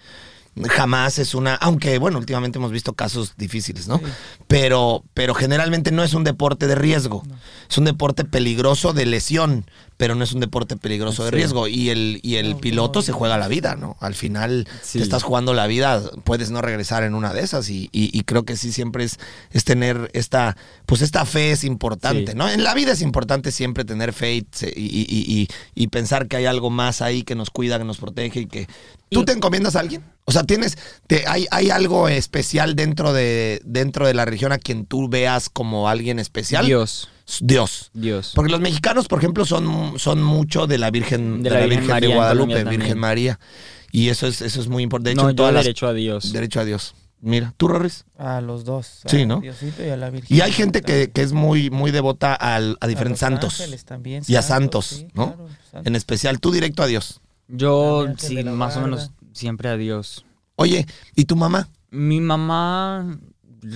Jamás es una, aunque bueno, últimamente hemos visto casos difíciles, ¿no? Pero, pero generalmente no es un deporte de riesgo. Es un deporte peligroso de lesión, pero no es un deporte peligroso de riesgo. Y el, y el piloto se juega la vida, ¿no? Al final
Sí.
te estás jugando la vida, puedes no regresar en una de esas. Y, y- y creo que sí siempre es, es tener esta, pues esta fe es importante,
Sí.
¿no? En la vida es importante siempre tener fe y, se- y- y- y- y- y pensar que hay algo más ahí que nos cuida, que nos protege y que. ¿Tú te encomiendas a alguien? O sea, tienes, te- hay, hay algo especial dentro de, dentro de la religión a quien tú veas como alguien especial.
Dios.
Dios.
Dios.
Porque los mexicanos, por ejemplo, son, son mucho de la Virgen de, la Virgen,
María
de
en
Guadalupe,
Colombia
Virgen
también.
María. Y eso es, eso es muy importante. De hecho,
no,
en
yo
todas las-
derecho a Dios.
derecho a Dios. Mira, tú, Rorris.
A los dos. a
Sí, ¿no?
Diosito y a la Virgen.
Y hay gente que, que es muy, muy devota al- a
A
diferentes
los
santos.
ángeles también,
y a santos,
sí,
¿no?
claro, pues, santos.
En especial, tú directo a Dios.
Yo,
También ángel
sí,
de la
más o
guarda.
menos siempre a Dios.
Oye, ¿y tu mamá?
Mi mamá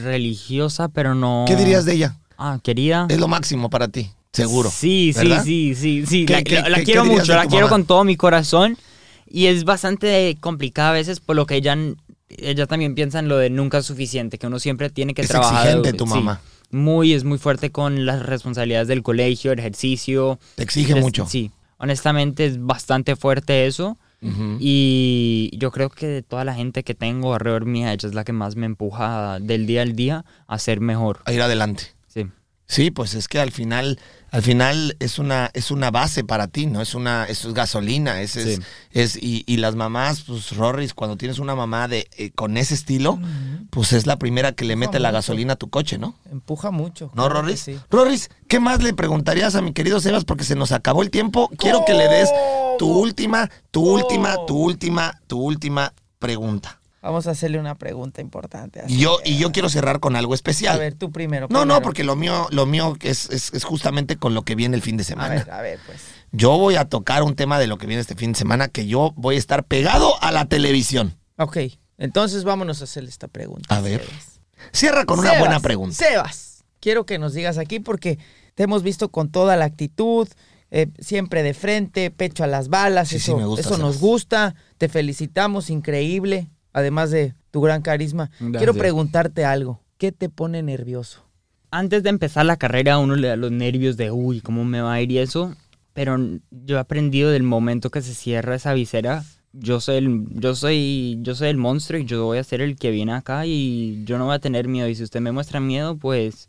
religiosa, pero no.
¿Qué dirías de ella?
Ah, querida.
Es lo máximo para ti, seguro.
Sí, sí,
¿verdad?
sí, sí, sí.
¿Qué-
La,
qué-
la- la
qué-
quiero
qué dirías
mucho,
de
la
tu
quiero
mamá?
con todo mi corazón. Y es bastante complicada a veces, por lo que ella, ella también piensa en lo de nunca es suficiente, que uno siempre tiene que
Es
trabajar.
exigente tu
sí.
mamá.
muy, es muy fuerte con las responsabilidades del colegio, el ejercicio.
Te exige
Es-
mucho.
Sí, honestamente es bastante fuerte eso.
Ujú.
Y yo creo que de toda la gente que tengo alrededor mía, ella es la que más me empuja del día al día a ser mejor.
A ir adelante.
Sí.
Sí, pues es que al final, al final es una, es una base para ti, ¿no? Es una, es gasolina, es, es,
Sí.
es- y, y las mamás, pues Rorris, cuando tienes una mamá de eh, con ese estilo, pues es la primera que le mete la
mucho.
gasolina a tu coche, ¿no?
Empuja mucho.
¿No,
claro que
Rorris?
sí.
Rorris, ¿qué más le preguntarías a mi querido Sebas? Porque se nos acabó el tiempo. Quiero que le des tu última, tu última, tu última, tu última pregunta.
Vamos a hacerle una pregunta importante. así
Y yo,
que-
y yo quiero cerrar con algo especial.
A ver, tú primero.
No, no,
primero.
porque lo mío, lo mío es, es- es justamente con lo que viene el fin de
A
semana.
ver, a ver, pues.
Yo voy a tocar un tema de lo que viene este fin de semana, que yo voy a estar pegado a la televisión.
Ok, entonces vámonos a hacerle esta pregunta.
A ver.
Sebas.
Cierra con una
Sebas,
buena pregunta.
Sebas, quiero que nos digas aquí porque te hemos visto con toda la actitud, eh, siempre de frente, pecho a las balas.
Sí,
eso
sí, me gusta,
eso nos
Sebas.
gusta. Te felicitamos, increíble. Además de tu gran carisma. Quiero
Gracias.
preguntarte algo. ¿Qué te pone nervioso?
Antes de empezar la carrera, a uno le da los nervios de, uy, ¿cómo me va a ir y eso? Pero yo he aprendido del momento que se cierra esa visera. Yo soy, el, yo, soy, yo soy el monstruo y yo voy a ser el que viene acá y yo no voy a tener miedo. Y si usted me muestra miedo, pues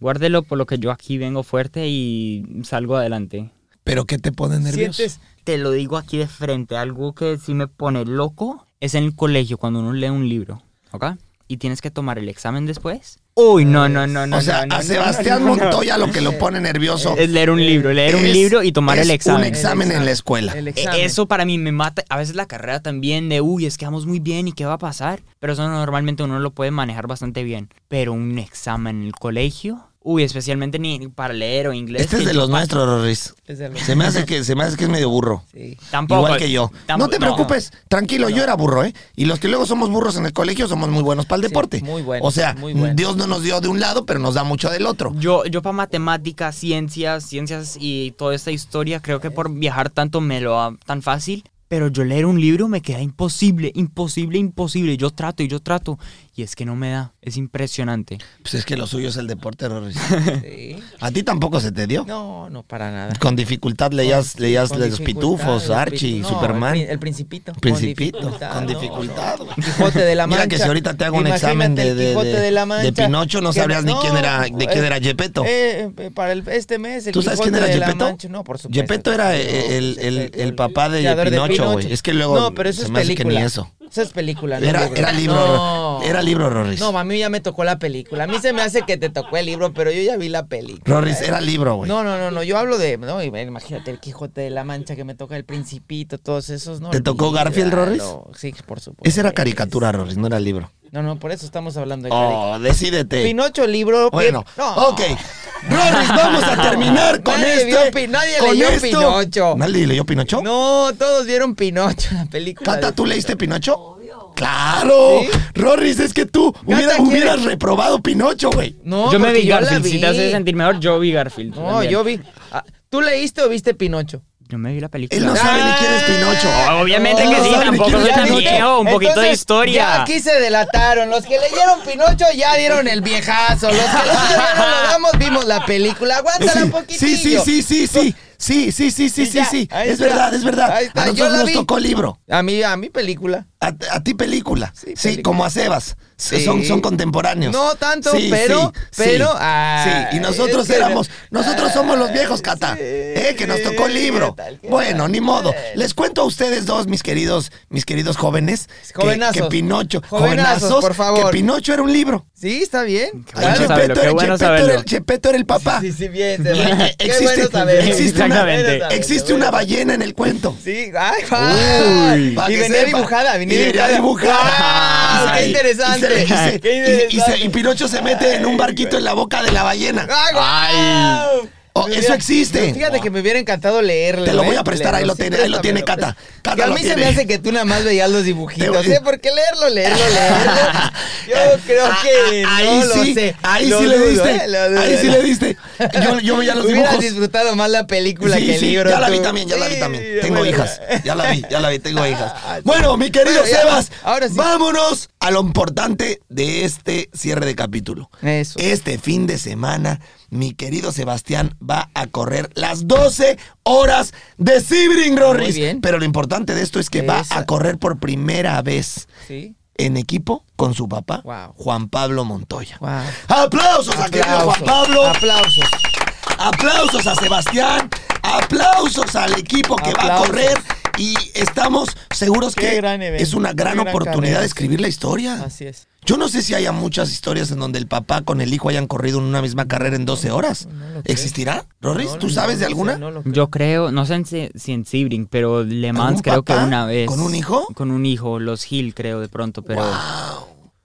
guárdelo por lo que yo aquí vengo fuerte y salgo adelante.
¿Pero qué te pone nervioso?
¿Sientes?
Pues, te lo digo aquí de frente, algo que sí me pone loco es en el colegio cuando uno lee un libro, ¿ok? Y tienes que tomar el examen después. Pues, Uy, no, no, no, no.
o sea,
no, no,
a
no,
Sebastián
no, no, no.
Montoya lo que lo pone nervioso
Es leer un libro, leer un
es-
libro y tomar
es
el examen.
Un examen en la escuela.
El
E-
examen.
Eso para mí me mata. A veces la carrera también de, uy, es que vamos muy bien y qué va a pasar. Pero eso normalmente uno lo puede manejar bastante bien. Pero un examen en el colegio, uy, especialmente ni para leer o inglés.
Este es
que
de
yo
los
pa-
nuestros, Rorris.
Es de los-
Se me hace que, se me hace que es medio burro.
Sí. eh.
Tampoco.
Igual que yo. no
Tampoco-
te preocupes, tranquilo, yo era burro, ¿eh? Y los que luego somos burros en el colegio somos muy buenos para el deporte.
muy buenos,
O sea,
muy buenos.
Dios no nos dio de un lado, pero nos da mucho del otro.
Yo, yo para matemáticas, ciencias, ciencias y toda esta historia, creo que por viajar tanto me lo da tan fácil. Pero yo leer un libro me queda imposible, imposible, imposible. Yo trato y yo trato. Y es que no me da. Es impresionante.
Pues es que lo suyo es el deporte, Rorris.
Sí.
¿A ti tampoco se te dio?
No, no, para nada.
Con dificultad leías,
Con-
leías
con
los
dificultad,
pitufos,
los
Archie,
pitu- no,
Superman.
El, pri- el Principito. con
Principito, con
no,
dificultad,
no.
güey.
Quijote de la
Mira
Mancha.
que si ahorita te hago un
Imagínate
examen de,
el
de-
Quijote
de-
de la
de
Mancha,
Pinocho, no
que-
sabrías ni
no,
quién era, de quién
eh,
era Gepetto.
eh, eh, para el- este mes, el
¿Tú sabes quién
Quijote
era
de la
Gepetto?
Mancha, No, por supuesto.
Gepetto era el, el- el- el papá de
creador
Pinocho, güey. Es que luego
No, pero eso
se
es
me hace que
película.
ni eso.
Eso es película, ¿no?
Era,
libro.
era libro,
No.
Rorris. era libro, Rorris.
No, a mí ya me tocó la película. A mí se me hace que te tocó el libro, pero yo ya vi la película.
Rorris, era libro, güey.
No, no, no, no. Yo hablo de. No, y- imagínate el Quijote de la Mancha que me toca el Principito, todos esos, ¿no?
¿Te tocó Garfield, Rorris?
Olvídalo. Sí, por supuesto.
Esa era caricatura, Rorris, no era libro.
No, no, por eso estamos hablando de caricatura.
Oh, decídete.
Pinocho, libro.
Bueno,
pi- no.
ok. Rorris, vamos a terminar con
Nadie
este.
vio Pi- nadie
con
leyó Pinocho.
¿Nadie leyó Pinocho?
No, todos vieron Pinocho, la película.
Cata,
de-
¿tú leíste Pinocho? ¡Claro!
¿Sí?
Rorris, es que tú hubiera-
quiere-
hubieras reprobado Pinocho, güey.
No,
yo me
porque
vi
yo la
Garfield. Si te hace
vi.
sentir mejor, yo vi Garfield.
No,
también.
yo vi. ah, ¿Tú leíste o viste Pinocho?
Yo me vi la película.
Él no sabe ni quién es Pinocho.
Ah,
Obviamente
no,
que sí,
sabe ni
tampoco
quién
soy
es
tan
Pinocho.
viejo. Un poquito de
Entonces, Ya
historia.
aquí se delataron. Los que leyeron Pinocho ya dieron el viejazo. Los que no leyeron lo damos, vimos la película. Aguántala un poquitillo.
Sí, sí, sí, sí, sí. Sí, sí, sí, sí,
Y
sí,
ya,
sí.
ahí
Es
está.
verdad, es verdad.
Ahí está,
A
yo
nosotros
la
nos
vi.
tocó libro.
A mí, a mi película.
A, a ti película. Sí,
Sí, película.
como a Sebas. Se-
Sí.
Son, son contemporáneos.
No tanto,
Sí,
pero-
sí,
pero,
sí,
ah,
sí. y nosotros
es que-
éramos, nosotros somos los viejos,
Ay,
Cata.
sí,
eh, que nos tocó
sí,
libro.
qué tal, qué
bueno,
tal,
ni
qué
modo.
tal.
Les cuento a ustedes dos, mis queridos, mis queridos jóvenes, que-
Jovenazos.
que, Pinocho,
Jovenazos, por favor.
que Pinocho era un libro.
Sí, está bien.
Qué bueno
Chepeto era-
saberlo, qué bueno
Chepeto
saberlo.
era el- Chepeto era el papá.
Sí, sí, bien. se
Y-
va.
eh,
Qué bueno saber.
existe una-
Exactamente.
existe una ballena en el cuento.
Sí, ay, va.
Uy.
Pa'
Y
que
venía
sepa.
dibujada, venía
Y venía dibujada.
Guau,
Y
qué
se-
interesante.
Y, se- y se-
Qué
y- y se-
interesante. Ah,
y Pinocho se mete en un barquito en la boca de la ballena.
Ay, guau.
Oh,
Me
eso
hubiera-
existe.
Fíjate que me hubiera encantado leerlo.
Te lo voy a
¿eh?
prestar, ahí
Leerlo,
lo
sí,
tiene- ahí lo tiene
préstamelo,
Cata.
préstamelo.
Cata
Que a
lo
mí se me
tiene.
hace que tú nada más veías los dibujitos.
Te voy-
¿eh? ¿Por qué leerlo, leerlo, leerlo? Yo creo que
Ah, ah,
no
ahí
lo
sí,
sé.
Ahí
Lo
sí le
dudo,
diste.
¿eh? Lo dudo,
Ahí sí
lo
le
dudo.
diste. Yo, yo veía los
Hubieras
dibujos.
disfrutado más la película
Sí,
que el
sí,
libro.
ya la
tú.
vi también, ya la vi
Sí,
también. Tengo
bueno.
hijas. Ya la vi, ya la vi, tengo hijas. Bueno, mi querido
Ah, Bueno, ya,
Sebas,
ahora sí.
vámonos a lo importante de este cierre de capítulo.
Eso.
Este fin de semana, mi querido Sebastián va a correr las 12 horas de Sibring Rorris.
bien.
Pero lo importante de esto es que va
Esa.
a correr por primera vez
Sí.
en equipo con su papá,
Wow.
Juan Pablo Montoya.
Wow.
¡Aplausos, a querido Juan Pablo!
Aplausos.
Aplausos a Sebastián, aplausos al equipo que va a
Aplausos.
correr y estamos seguros
Qué
que
gran evento,
es una gran
qué gran
oportunidad
carrera.
de escribir la historia.
Así es.
Yo no sé si haya muchas historias en donde el papá con el hijo hayan corrido en una misma carrera en 12 horas. ¿Existirá? Rorris,
No,
¿tú
no,
sabes de
no sé,
alguna?
no lo creo.
Yo creo, no sé en si si en Sibring, pero Le Mans
un
creo que
papá?
una vez.
¿Con un hijo?
Con un hijo, los Hill creo de pronto, pero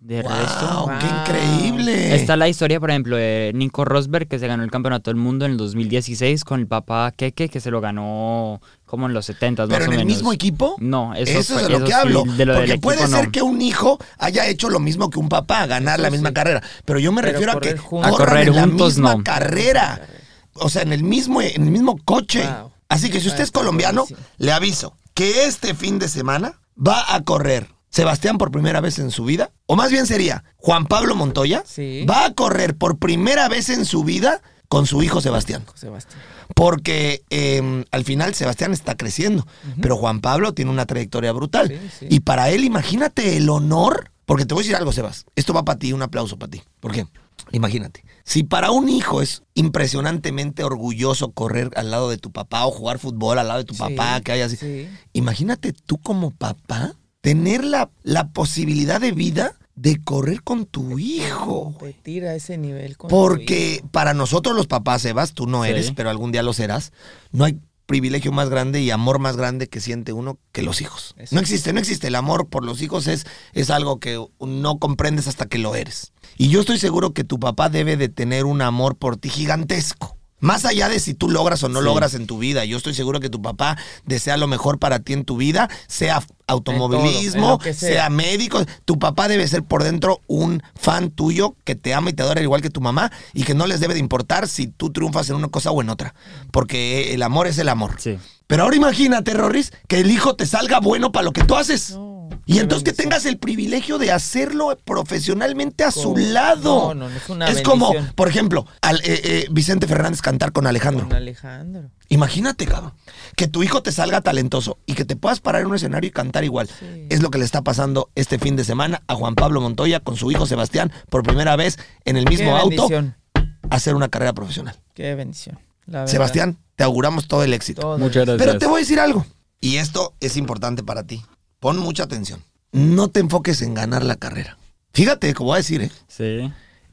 de resto.
¡Wow! ¡Qué increíble!
Está la historia, por ejemplo, de Nico Rosberg, que se ganó el campeonato del mundo en el 2016 con el papá Keke, que se lo ganó como en los 70 más
¿Pero
o
en el
menos.
mismo equipo?
No, eso,
eso,
fue-
es de lo
eso
que
sí,
hablo.
de lo del
porque puede
equipo,
ser
no.
que un hijo haya hecho lo mismo que un papá, ganar la misma carrera. Pero yo me
Pero
refiero a
correr
que
juntos.
A
corran
correr
en la
juntos,
misma
no.
carrera. O sea, en el mismo, en el mismo coche.
Wow.
Así que si usted es
Está
colombiano,
buenísimo.
le aviso que este fin de semana va a correr Sebastián por primera vez en su vida. O más bien sería Juan Pablo Montoya.
Sí.
Va a correr por primera vez en su vida con su hijo Sebastián
Sebastián.
porque eh, al final Sebastián está creciendo, pero Juan Pablo tiene una trayectoria brutal.
Sí, sí.
Y para él, imagínate el honor, porque te voy a decir algo, Sebas, esto va para ti, un aplauso para ti. ¿Por qué? Imagínate, si para un hijo es impresionantemente orgulloso correr al lado de tu papá o jugar fútbol al lado de tu
Sí,
papá, que haya así,
sí.
imagínate tú como papá tener la, la posibilidad de vida de correr con tu hijo.
Competir a ese nivel con
Porque para nosotros los papás, Sebas, tú no
Sí.
eres, pero algún día lo serás, no hay privilegio más grande y amor más grande que siente uno que los hijos.
Eso.
No existe, no existe. El amor por los hijos es, es algo que no comprendes hasta que lo eres. Y yo estoy seguro que tu papá debe de tener un amor por ti gigantesco. Más allá de si tú logras o no
Sí.
logras en tu vida, yo estoy seguro que tu papá desea lo mejor para ti en tu vida, sea automovilismo,
en lo que sea.
sea a médicos. Tu papá debe ser por dentro un fan tuyo que te ama y te adora igual que tu mamá y que no les debe de importar si tú triunfas en una cosa o en otra. Porque el amor es el amor.
Sí.
Pero ahora imagínate, Rorris, que el hijo te salga bueno para lo que tú haces.
No,
y
qué
entonces que
bendición.
tengas el privilegio de hacerlo profesionalmente a su
Como-
lado.
No, no, no, es una
como,
bendición.
por ejemplo, al, eh, eh, Vicente Fernández cantar con Alejandro.
Con Alejandro.
Imagínate, cabrón, que tu hijo te salga talentoso y que te puedas parar en un escenario y cantar igual. Es lo que le está pasando este fin de semana a Juan Pablo Montoya con su hijo Sebastián por primera vez en el mismo
qué
auto
bendición.
a hacer una carrera profesional.
Qué bendición. la verdad.
Sebastián, te auguramos todo el éxito.
Todo.
Muchas gracias.
Pero te voy a decir algo. Y esto es importante para ti. Pon mucha atención. no te enfoques en ganar la carrera. Fíjate, como voy a decir, ¿eh?
Sí.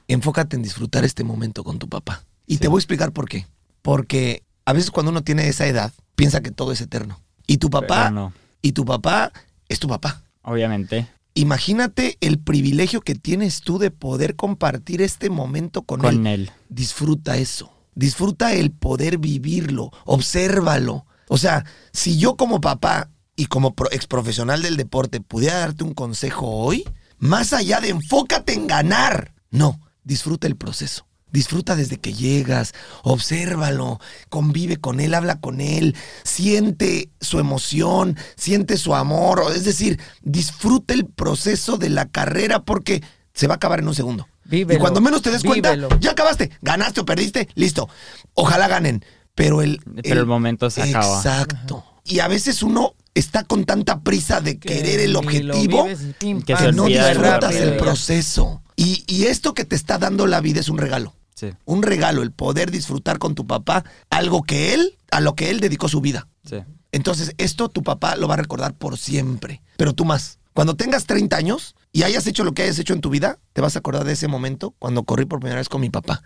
enfócate en disfrutar este momento con tu papá. Y te voy a explicar por qué. Porque a veces cuando uno tiene esa edad, piensa que todo es eterno. Y tu papá,
Pero no,
y tu papá es tu papá.
obviamente.
Imagínate el privilegio que tienes tú de poder compartir este momento con, él.
Con él.
Disfruta eso. Disfruta el poder vivirlo. Obsérvalo. O sea, si yo como papá y como pro- exprofesional del deporte pudiera darte un consejo hoy, más allá de enfócate en ganar. No, disfruta el proceso. Disfruta desde que llegas, obsérvalo, convive con él, habla con él, siente su emoción, siente su amor, o es decir, disfruta el proceso de la carrera porque se va a acabar en un segundo.
Vívelo,
y cuando menos te des cuenta,
vívelo.
ya acabaste, ganaste o perdiste, listo. Ojalá ganen, pero el,
Pero el momento se acaba.
Exacto. Y a veces uno está con tanta prisa de querer el
ni lo
objetivo
vives y pim,
que
pam,
se
que no
olvida del
disfrutas
rápido.
el proceso. Y, y esto que te está dando la vida es un regalo.
Sí.
Un regalo, el poder disfrutar con tu papá algo que él, a lo que él dedicó su vida.
Sí.
Entonces, esto tu papá lo va a recordar por siempre. Pero tú más. Cuando tengas 30 años y hayas hecho lo que hayas hecho en tu vida, te vas a acordar de ese momento cuando corrí por primera vez con mi papá.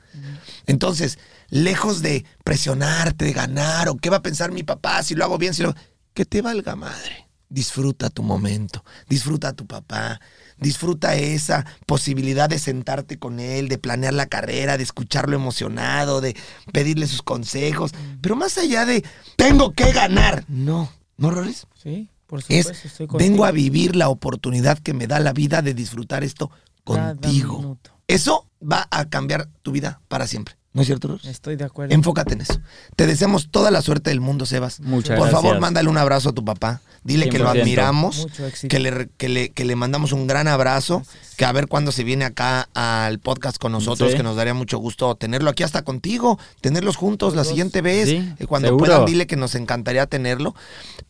Entonces, lejos de presionarte, de ganar, o qué va a pensar mi papá si lo hago bien, si lo. Que te valga madre. Disfruta tu momento, disfruta a tu papá, disfruta esa posibilidad de sentarte con él, de planear la carrera, de escucharlo emocionado, de pedirle sus consejos.
Mm.
Pero más allá de tengo que ganar, no, ¿no, Rolis?
Sí, por
Es
supuesto, estoy contigo.
vengo a vivir la oportunidad que me da la vida de disfrutar esto
Cada
contigo.
minuto.
Eso va a cambiar tu vida para siempre. ¿No es cierto, Rolis?
Estoy de acuerdo.
Enfócate en eso. Te deseamos toda la suerte del mundo, Sebas.
Muchas
Por
gracias.
favor, mándale un abrazo a tu papá. Dile que lo
100%.
admiramos,
Mucho éxito.
que le, que, le, que le mandamos un gran abrazo, que a ver cuándo se viene acá al podcast con nosotros,
Sí.
que nos daría mucho gusto tenerlo aquí hasta contigo, tenerlos juntos la siguiente vez.
Sí,
Eh, Cuando
seguro.
puedan, dile que nos encantaría tenerlo,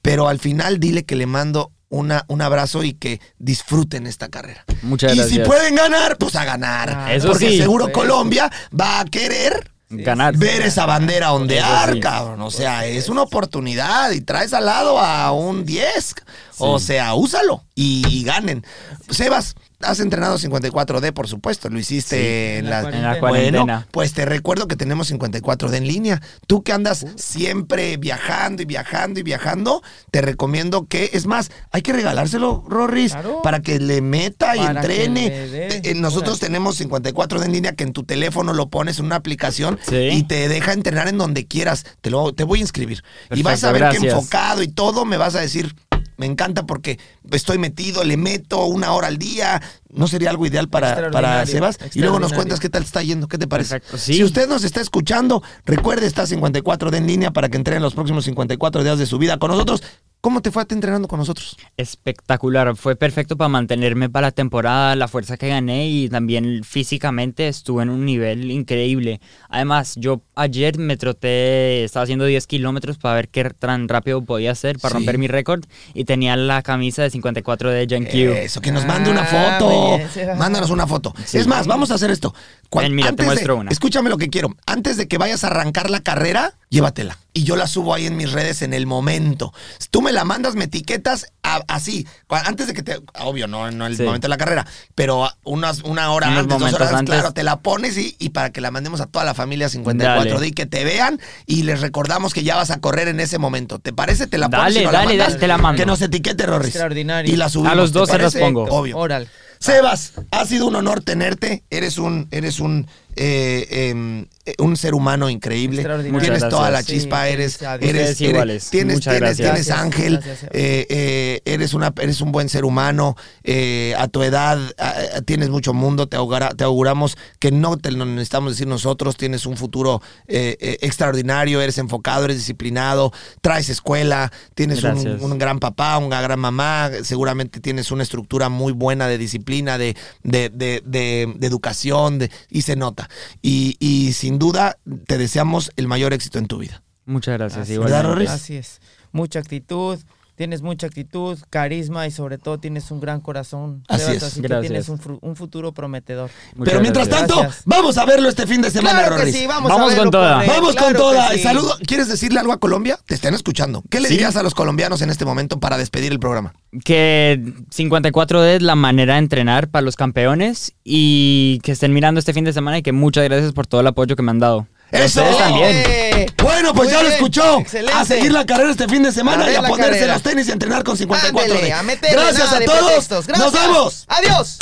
pero al final dile que le mando una, un abrazo y que disfruten esta carrera.
Muchas
y si
gracias.
pueden ganar, pues a ganar.
Ah,
eso
porque
sí.
seguro
Sí.
Colombia va a querer
Ganar.
ver esa bandera ondear,
Eso sí.
cabrón. O sea, es una oportunidad y traes al lado a un 10. O sea, úsalo y, y ganen. Sebas, has entrenado 54D, por supuesto. Lo hiciste en
en
la...
la
En la
Bueno,
cuarentena.
pues te recuerdo que tenemos 54D en línea. Tú que andas siempre viajando y viajando y viajando, te recomiendo que, es más, hay que regalárselo, Rorris,
Claro.
para que le meta y
Para que
entrene.
le dé.
Eh, eh, nosotros tenemos 54D en línea que en tu teléfono lo pones en una aplicación
Sí.
y te deja entrenar en donde quieras. Te, lo, te voy a inscribir. y vas a ver
Perfecto,
que
gracias.
enfocado y todo, me vas a decir. Me encanta porque estoy metido, le meto una hora al día. ¿No sería algo ideal para, para
Extraordinario,
Sebas? Y luego nos
extraordinario.
cuentas qué tal está yendo, qué te parece.
Perfecto, sí.
Si usted nos está escuchando, recuerde, está 54D en línea para que entrenen los próximos 54 días de su vida con nosotros. ¿Cómo te fue a ti entrenando con nosotros?
Espectacular, fue perfecto para mantenerme para la temporada, la fuerza que gané y también físicamente estuve en un nivel increíble. Además, yo ayer me troté, estaba haciendo 10 kilómetros para ver qué tan rápido podía hacer para
Sí.
romper mi récord y tenía la camisa de 54 de Yankee.
Eso, que nos mande una
Ah,
foto.
muy bien, Sebas.
Mándanos una foto. Es más, vamos a hacer esto. Cua-
Ven, mira, te
antes de-
muestro una.
Escúchame lo que quiero. Antes de que vayas a arrancar la carrera, llévatela. Y yo la subo ahí en mis redes en el momento. Tú me la mandas, me etiquetas a- así. Cu- Antes de que te. ah, Obvio, no, no el
Sí.
momento de la carrera, pero a- unas, una hora
Unos
antes, dos
momentos
horas
antes.
claro, te la pones y, y para que la mandemos a toda la familia 54
Dale.
d y que te vean y les recordamos que ya vas a correr en ese momento. ¿Te parece? Te la pones
Dale,
y no
dale,
la mandas.
dale, te la mando.
Que nos etiquete, Rorris.
Pues Extraordinario.
Y la subimos.
A los
¿te
dos se las
parece?
pongo.
Obvio.
Órale.
Sebas, ha sido un honor tenerte. Eres un, eres un, eh, em, eh, un ser humano increíble. Tienes
Extraordinario.
Muchas
toda la
gracias.
chispa,
Sí,
eres,
felicidades.
eres,
Ustedes
eres-
iguales.
tienes,
Muchas
tienes,
gracias.
tienes
Gracias,
ángel,
gracias, Sebas.
eh, eh, eres una, eres un buen ser humano. eh, a tu edad ah, ah, tienes mucho mundo. Te, augura- te auguramos que no te lo necesitamos decir nosotros. Tienes un futuro eh, eh, extraordinario. Eres enfocado, eres disciplinado, traes escuela, tienes un-
Gracias.
un un gran papá, una gran mamá, seguramente tienes una estructura muy buena de disciplina, de, de, de- de- de educación, de- y se nota. Y, y sin duda te deseamos el mayor éxito en tu vida.
Muchas gracias,
Así es.
igualmente.
¿Verdad, Rorris?
Así es. Mucha actitud, Tienes mucha actitud, carisma y sobre todo tienes un gran corazón.
Así
Sebas,
es.
Así que
Gracias.
tienes un, fru- un futuro prometedor.
Muchas
Pero mientras
gracias.
tanto,
Gracias.
vamos a verlo este fin de semana,
Claro que
Rorris.
sí, vamos,
Vamos
a
con
verlo,
toda.
Correa,
Vamos con
claro
toda.
que sí.
Saludo. ¿Quieres decirle algo a Colombia? Te están escuchando. ¿Qué le dirías a los colombianos en este momento para despedir el programa?
Que 54D es la manera de entrenar para los campeones y que estén mirando este fin de semana y que muchas gracias por todo el apoyo que me han dado. Y a
¡Eso!
ustedes también.
Eh,
Bueno, pues
muy
ya lo
bien,
escuchó.
excelente.
A seguir la carrera este fin de semana
A ver
y a
la
ponerse
carrera.
los tenis y a entrenar con 54
ándele,
de.
a meterle
Gracias
nada
a
de
todos.
pretextos.
Nos
Gracias.
vemos.
¡Adiós!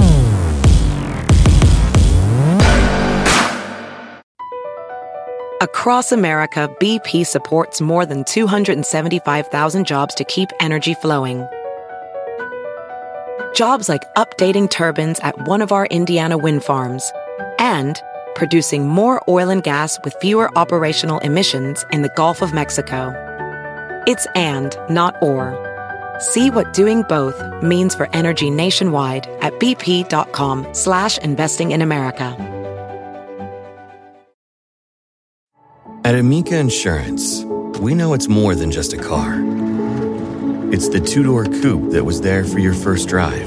Across America, BP supports more than 275,000 jobs to keep energy flowing. Jobs like updating turbines at one of our Indiana wind farms and producing more oil and gas with fewer operational emissions in the Gulf of Mexico. It's and, not or. See what doing both means for energy nationwide at bp.com slash investing in America.
At Amica Insurance, we know it's more than just a car. It's the two door coupe that was there for your first drive,